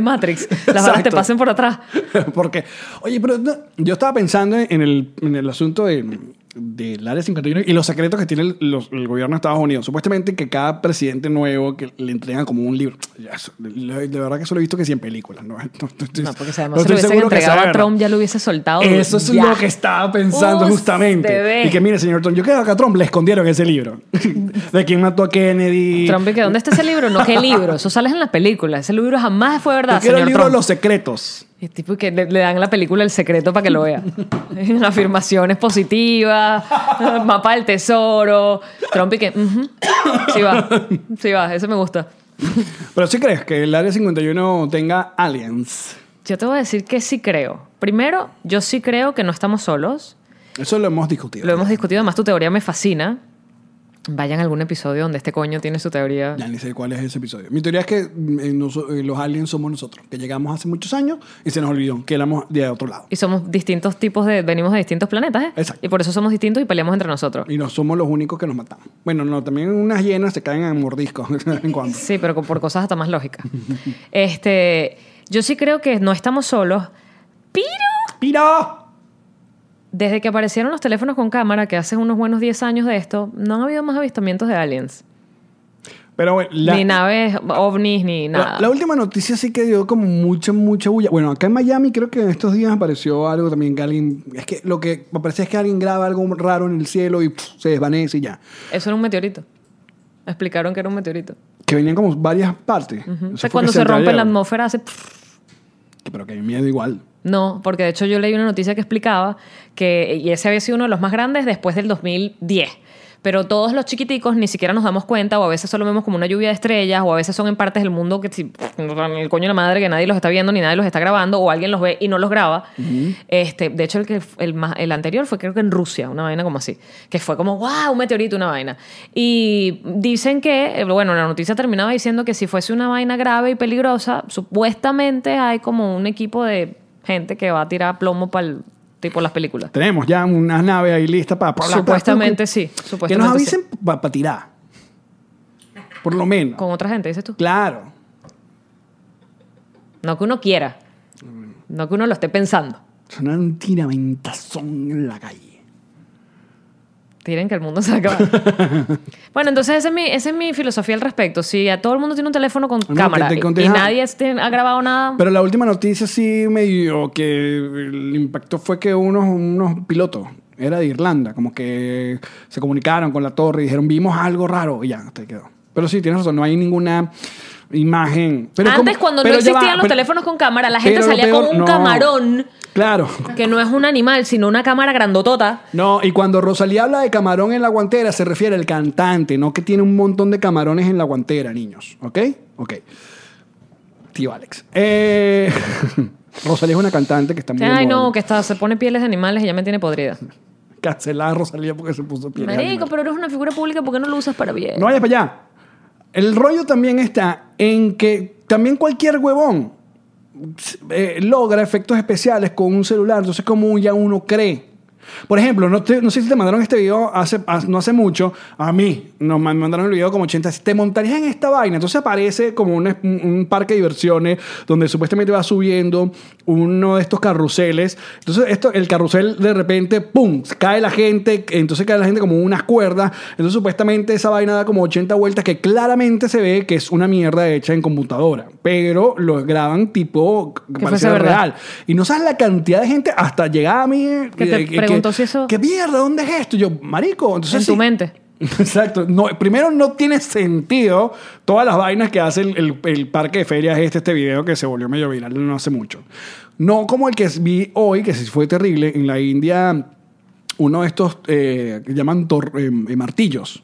Speaker 3: Matrix. Las balas te
Speaker 2: Exacto.
Speaker 3: pasen por atrás.
Speaker 2: Porque, oye, pero no- yo estaba pensando en el, en el asunto de- del área 51 y los secretos que tiene el, los- el gobierno de Estados Unidos. Supuestamente que cada presidente nuevo que le entregan como un libro. Ya, eso- de, de verdad que eso lo he visto que sí en películas. No, no, no estoy-
Speaker 3: No, porque si
Speaker 2: no estoy
Speaker 3: además se lo hubiesen
Speaker 2: seguro que sea
Speaker 3: entregado a
Speaker 2: verdad.
Speaker 3: Trump, ya lo hubiese soltado.
Speaker 2: Eso es
Speaker 3: ya.
Speaker 2: lo que estaba pensando
Speaker 3: Uy,
Speaker 2: justamente.
Speaker 3: se ve.
Speaker 2: Y que mire, señor Trump, yo creo que a Trump le escondieron ese libro. de quién mató a Kennedy.
Speaker 3: Trump, ¿y que ¿dónde está ese libro? No, ¿qué libro? Eso sale en las películas. Ese libro jamás fue
Speaker 2: Yo
Speaker 3: verdad,
Speaker 2: quiero el
Speaker 3: señor
Speaker 2: libro de
Speaker 3: Trump.
Speaker 2: los secretos.
Speaker 3: Y es tipo que le, le dan la película El Secreto para que lo vea. Afirmaciones positivas, mapa del tesoro. Trump y que... ujú, sí va, sí va, ese me gusta.
Speaker 2: Pero si crees que el área 51 tenga aliens.
Speaker 3: Yo te voy a decir que sí creo. Primero, yo sí creo que no estamos solos.
Speaker 2: Eso lo hemos discutido.
Speaker 3: Lo hemos discutido, además tu teoría me fascina. Vayan a algún episodio donde este coño tiene su teoría.
Speaker 2: Ya ni sé cuál es ese episodio. Mi teoría es que mm, eh, noso- eh, los aliens somos nosotros, que llegamos hace muchos años y se nos olvidó que éramos de otro lado.
Speaker 3: Y somos distintos tipos de... Venimos de distintos planetas, ¿eh?
Speaker 2: Exacto.
Speaker 3: Y por eso somos distintos y peleamos entre nosotros.
Speaker 2: Y no somos los únicos que nos matamos. Bueno, no, también unas hienas se caen en mordiscos de vez en cuando.
Speaker 3: Sí, pero con- por cosas hasta más lógicas. Este, yo sí creo que no estamos solos, pero
Speaker 2: ¡Pira!
Speaker 3: desde que aparecieron los teléfonos con cámara, que hace unos buenos 10 años de esto, no han habido más avistamientos de aliens.
Speaker 2: Pero bueno, la,
Speaker 3: ni naves, ovnis, ni
Speaker 2: la-
Speaker 3: nada.
Speaker 2: la última noticia sí que dio como mucha, mucha bulla. Bueno, acá en Miami creo que en estos días apareció algo también que alguien... Es que lo que me parece es que alguien graba algo raro en el cielo y pff, se desvanece y ya.
Speaker 3: Eso era un meteorito. Explicaron que era un meteorito.
Speaker 2: Que venían como varias partes.
Speaker 3: Ujú.
Speaker 2: Eso
Speaker 3: O sea,
Speaker 2: fue
Speaker 3: cuando
Speaker 2: que
Speaker 3: se rompe la
Speaker 2: atrayeron.
Speaker 3: atmósfera hace...
Speaker 2: Pero que hay miedo igual.
Speaker 3: No, porque de hecho yo leí una noticia que explicaba que y ese había sido uno de los más grandes después del 2010. Pero todos los chiquiticos ni siquiera nos damos cuenta o a veces solo vemos como una lluvia de estrellas o a veces son en partes del mundo que si- el coño de la madre que nadie los está viendo ni nadie los está grabando o alguien los ve y no los graba. este, de hecho, el, que, el, más- el anterior fue creo que en Rusia, una vaina como así, que fue como, wow, un meteorito, una vaina. Y dicen que, eh, bueno, la noticia terminaba diciendo que si fuese una vaina grave y peligrosa, supuestamente hay como un equipo de gente que va a tirar plomo para tipo las películas.
Speaker 2: Tenemos ya una nave ahí lista para... para-
Speaker 3: Supuestamente
Speaker 2: para-
Speaker 3: sí,
Speaker 2: Que nos
Speaker 3: supuestamente sí.
Speaker 2: avisen para tirar. Por lo menos.
Speaker 3: Con otra gente, dices tú.
Speaker 2: Claro.
Speaker 3: No que uno quiera, no que uno lo esté pensando.
Speaker 2: Sonar un tiramentazón en la calle.
Speaker 3: Tiren que el mundo se acaba. bueno, entonces esa es, mi, esa es mi filosofía al respecto. Si a todo el mundo tiene un teléfono con
Speaker 2: que
Speaker 3: cámara
Speaker 2: te
Speaker 3: y- y,
Speaker 2: conteja-
Speaker 3: nadie este- ha grabado nada,
Speaker 2: Pero la última noticia sí medio que el impacto fue que unos, unos pilotos, era de Irlanda, como que se comunicaron con la torre y dijeron, vimos algo raro y ya, te quedó. Pero sí, tienes razón, no hay ninguna imagen. Pero
Speaker 3: antes
Speaker 2: como-
Speaker 3: cuando no
Speaker 2: pero ya va,
Speaker 3: existían los
Speaker 2: pero-
Speaker 3: teléfonos con cámara, la gente
Speaker 2: pero lo
Speaker 3: salía
Speaker 2: peor-
Speaker 3: con un
Speaker 2: no.
Speaker 3: camarón,
Speaker 2: Claro.
Speaker 3: que no es un animal, sino una cámara grandotota.
Speaker 2: No, y cuando Rosalía habla de camarón en la guantera, se refiere al cantante, no que tiene un montón de camarones en la guantera, niños. ¿Ok? Ok. Tío Alex. Eh, Rosalía es una cantante que está muy.
Speaker 3: Ay,
Speaker 2: moderna.
Speaker 3: no, que está, se pone pieles de animales y ya me tiene podrida.
Speaker 2: Cancelada Rosalía porque se puso piel. de
Speaker 3: Marico,
Speaker 2: animal.
Speaker 3: pero eres una figura pública, ¿por qué no lo usas para bien?
Speaker 2: No vayas para allá. El rollo también está en que también cualquier huevón eh, logra efectos especiales con un celular, entonces como ya uno cree. Por ejemplo, no, te- no sé si te mandaron este video hace, hace- no hace mucho, a mí nos man- mandaron el video como 80, te montarías en esta vaina, entonces aparece como una- un, un parque de diversiones donde supuestamente va subiendo uno de estos carruseles, entonces esto, el carrusel de repente, ¡pum!, cae la gente, entonces cae la gente como unas cuerdas, entonces supuestamente esa vaina da como 80 vueltas que claramente se ve que es una mierda hecha en computadora, pero lo graban tipo que
Speaker 3: fuese
Speaker 2: pareciera
Speaker 3: verdad.
Speaker 2: real. Y no sabes la cantidad de gente hasta llegaba a mí. eh,
Speaker 3: Que te
Speaker 2: eh,
Speaker 3: preguntó si eso-
Speaker 2: ¿Qué mierda? ¿Dónde es esto? Y Yo, marico. Entonces,
Speaker 3: en tu
Speaker 2: sí.
Speaker 3: mente.
Speaker 2: Exacto. No, primero, no tiene sentido todas las vainas que hace el, el- el parque de ferias este, este video que se volvió medio viral no hace mucho. No como el que vi hoy, que sí fue terrible, en la India, uno de estos eh, que llaman tor- eh, martillos.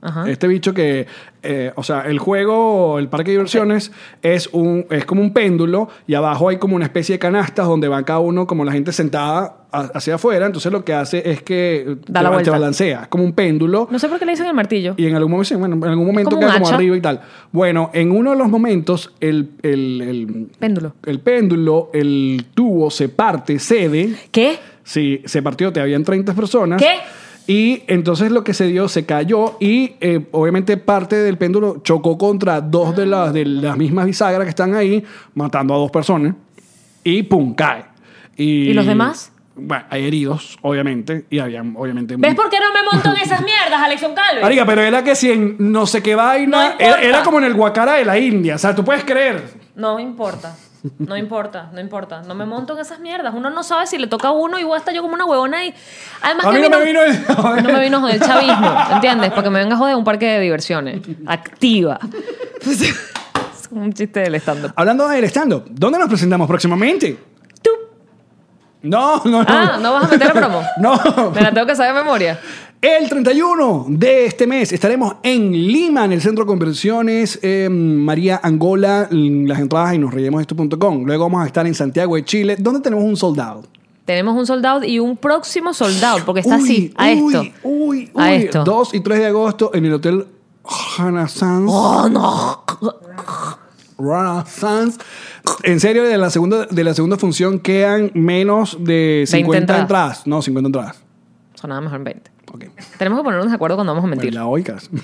Speaker 3: Ajá.
Speaker 2: Este bicho que, eh, o sea, el juego, el parque de diversiones, es, un, es como un péndulo y abajo hay como una especie de canastas donde va cada uno, como la gente sentada a- hacia afuera. Entonces lo que hace es que
Speaker 3: Da
Speaker 2: te,
Speaker 3: la
Speaker 2: ba- te
Speaker 3: vuelta.
Speaker 2: balancea, es como un péndulo.
Speaker 3: No sé por qué le dicen el martillo.
Speaker 2: Y en algún momento, bueno, en algún momento
Speaker 3: como un
Speaker 2: queda como
Speaker 3: hacha.
Speaker 2: arriba y tal. Bueno, en uno de los momentos, el, el, el-
Speaker 3: Péndulo.
Speaker 2: el péndulo, el tubo se parte, cede.
Speaker 3: ¿Qué?
Speaker 2: Sí, se partió, te habían 30 personas.
Speaker 3: ¿Qué?
Speaker 2: Y entonces lo que se dio, se cayó y eh, obviamente parte del péndulo chocó contra dos de las, de las mismas bisagras que están ahí, matando a dos personas. Y pum, cae. ¿Y,
Speaker 3: ¿Y los demás?
Speaker 2: Bueno, hay heridos, obviamente, y habían, obviamente...
Speaker 3: ¿Ves por qué no me monto en esas mierdas, Alexon
Speaker 2: Mm.
Speaker 3: Calves?
Speaker 2: Marica, pero era que si en no sé qué vaina...
Speaker 3: No
Speaker 2: era,
Speaker 3: importa.
Speaker 2: era como en el Guacara de la India, o sea, tú puedes creer.
Speaker 3: No importa. No importa, no importa. No me monto en esas mierdas. Uno no sabe si le toca a uno y voy a estar yo como una huevona y. Además
Speaker 2: A
Speaker 3: que
Speaker 2: mí no me vino eh. el-
Speaker 3: No me vino a joder el chavismo, ¿entiendes? Porque me venga a joder un parque de diversiones. Activa. Pues, es un chiste del stand-up.
Speaker 2: Hablando del stand-up, ¿dónde nos presentamos próximamente?
Speaker 3: Tú.
Speaker 2: No, no, no.
Speaker 3: Ah, ¿no vas a meter la promo?
Speaker 2: no.
Speaker 3: Me la tengo que saber de memoria.
Speaker 2: El 31 de este mes estaremos en Lima, en el Centro de Convenciones eh, María Angola, en las entradas y nos reiremos esto.com. Luego vamos a estar en Santiago de Chile, donde tenemos un soldado.
Speaker 3: Tenemos un soldado y un próximo soldado, porque está
Speaker 2: Uy,
Speaker 3: así, a
Speaker 2: uy,
Speaker 3: esto.
Speaker 2: Uy, uy,
Speaker 3: A esto.
Speaker 2: 2 y 3 de agosto en el Hotel Renaissance.
Speaker 3: Oh,
Speaker 2: Renaissance. En serio, de la segunda, de la segunda función quedan menos de 50 entradas.
Speaker 3: entradas.
Speaker 2: No, 50 entradas.
Speaker 3: Sonaba mejor en 20.
Speaker 2: Ok.
Speaker 3: Tenemos que ponernos de acuerdo cuando vamos a mentir.
Speaker 2: Bueno, la oicas.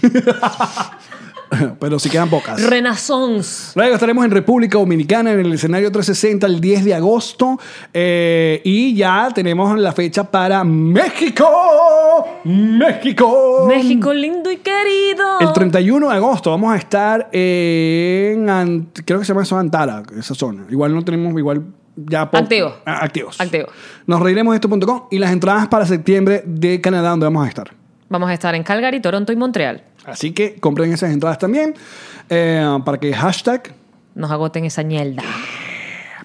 Speaker 2: Pero sí quedan pocas.
Speaker 3: Renaissance.
Speaker 2: Luego estaremos en República Dominicana en el escenario 360 el 10 de agosto. Eh, y ya tenemos la fecha para México. México.
Speaker 3: México lindo y querido.
Speaker 2: El 31 de agosto vamos a estar en. Ant- creo que se llama eso Antara, esa zona. Igual no tenemos, igual ya. po-
Speaker 3: Activo.
Speaker 2: Ah, activos.
Speaker 3: Activo.
Speaker 2: Nos reiremos de esto.com y las entradas para septiembre de Canadá, donde vamos a estar.
Speaker 3: Vamos a estar en Calgary, Toronto y Montreal.
Speaker 2: Así que compren esas entradas también eh, para que hashtag
Speaker 3: Nos agoten esa ñelda.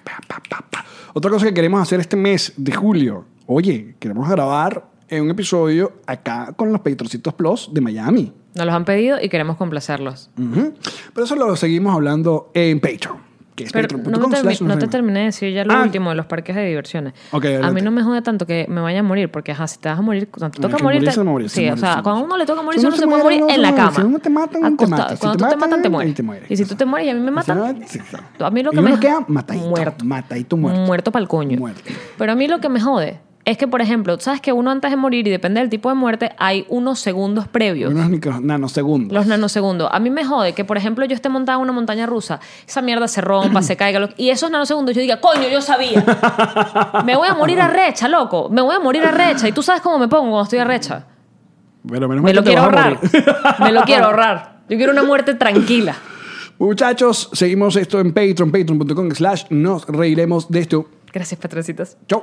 Speaker 2: Pa, pa, pa, pa. Otra cosa que queremos hacer este mes de julio. Oye, queremos grabar eh, un episodio acá con los Petrocitos Plus de Miami.
Speaker 3: Nos los han pedido y queremos complacerlos.
Speaker 2: Ujú. Pero eso lo seguimos hablando en Patreon. Que es
Speaker 3: Pero
Speaker 2: patreon.com
Speaker 3: no, me termi-
Speaker 2: slash
Speaker 3: no te
Speaker 2: nos reiremos.
Speaker 3: terminé de decir ya lo
Speaker 2: Ah.
Speaker 3: último de los parques de diversiones.
Speaker 2: Ok,
Speaker 3: a
Speaker 2: adelante.
Speaker 3: mí no me jode tanto que me vaya a morir, porque ajá, si te vas a morir, cuando te
Speaker 2: Bueno,
Speaker 3: toca
Speaker 2: que
Speaker 3: morir. te-
Speaker 2: morirse, morirse,
Speaker 3: sí, o
Speaker 2: morirse,
Speaker 3: sea, cuando
Speaker 2: morirse.
Speaker 3: uno le toca morir,
Speaker 2: Si
Speaker 3: uno
Speaker 2: uno
Speaker 3: se
Speaker 2: se
Speaker 3: puede
Speaker 2: muere,
Speaker 3: morir
Speaker 2: uno se
Speaker 3: en la
Speaker 2: muere.
Speaker 3: cama.
Speaker 2: Si uno te mata, uno te
Speaker 3: Acostado.
Speaker 2: mata. Si
Speaker 3: Cuando
Speaker 2: te
Speaker 3: tú te
Speaker 2: matan,
Speaker 3: matan, te
Speaker 2: ahí
Speaker 3: mueres.
Speaker 2: te mueres.
Speaker 3: Y si tú te mueres y a mí me matan,
Speaker 2: Sí, sí, sí.
Speaker 3: a mí lo que
Speaker 2: Y uno
Speaker 3: me
Speaker 2: queda matadito,
Speaker 3: muerto,
Speaker 2: matadito, muerto.
Speaker 3: para el coño.
Speaker 2: Muerto.
Speaker 3: Pero a mí lo que me jode es que, por ejemplo, sabes que uno antes de morir y depende del tipo de muerte, hay unos segundos previos.
Speaker 2: Unos micro- nanosegundos.
Speaker 3: Los nanosegundos. A mí me jode que, por ejemplo, yo esté montada en una montaña rusa, esa mierda se rompa, se caiga, lo- y esos nanosegundos yo diga, coño, yo sabía. Me voy a morir arrecha, loco. Me voy a morir arrecha. Y tú sabes cómo me pongo cuando estoy arrecha.
Speaker 2: Pero menos
Speaker 3: Me
Speaker 2: mal
Speaker 3: lo
Speaker 2: que te
Speaker 3: quiero
Speaker 2: vas a
Speaker 3: ahorrar.
Speaker 2: morir.
Speaker 3: Me lo quiero ahorrar. Yo quiero una muerte tranquila.
Speaker 2: Muchachos, seguimos esto en Patreon, patreon.com slash nos reiremos de esto.
Speaker 3: Gracias, patroncitas.
Speaker 2: Chau.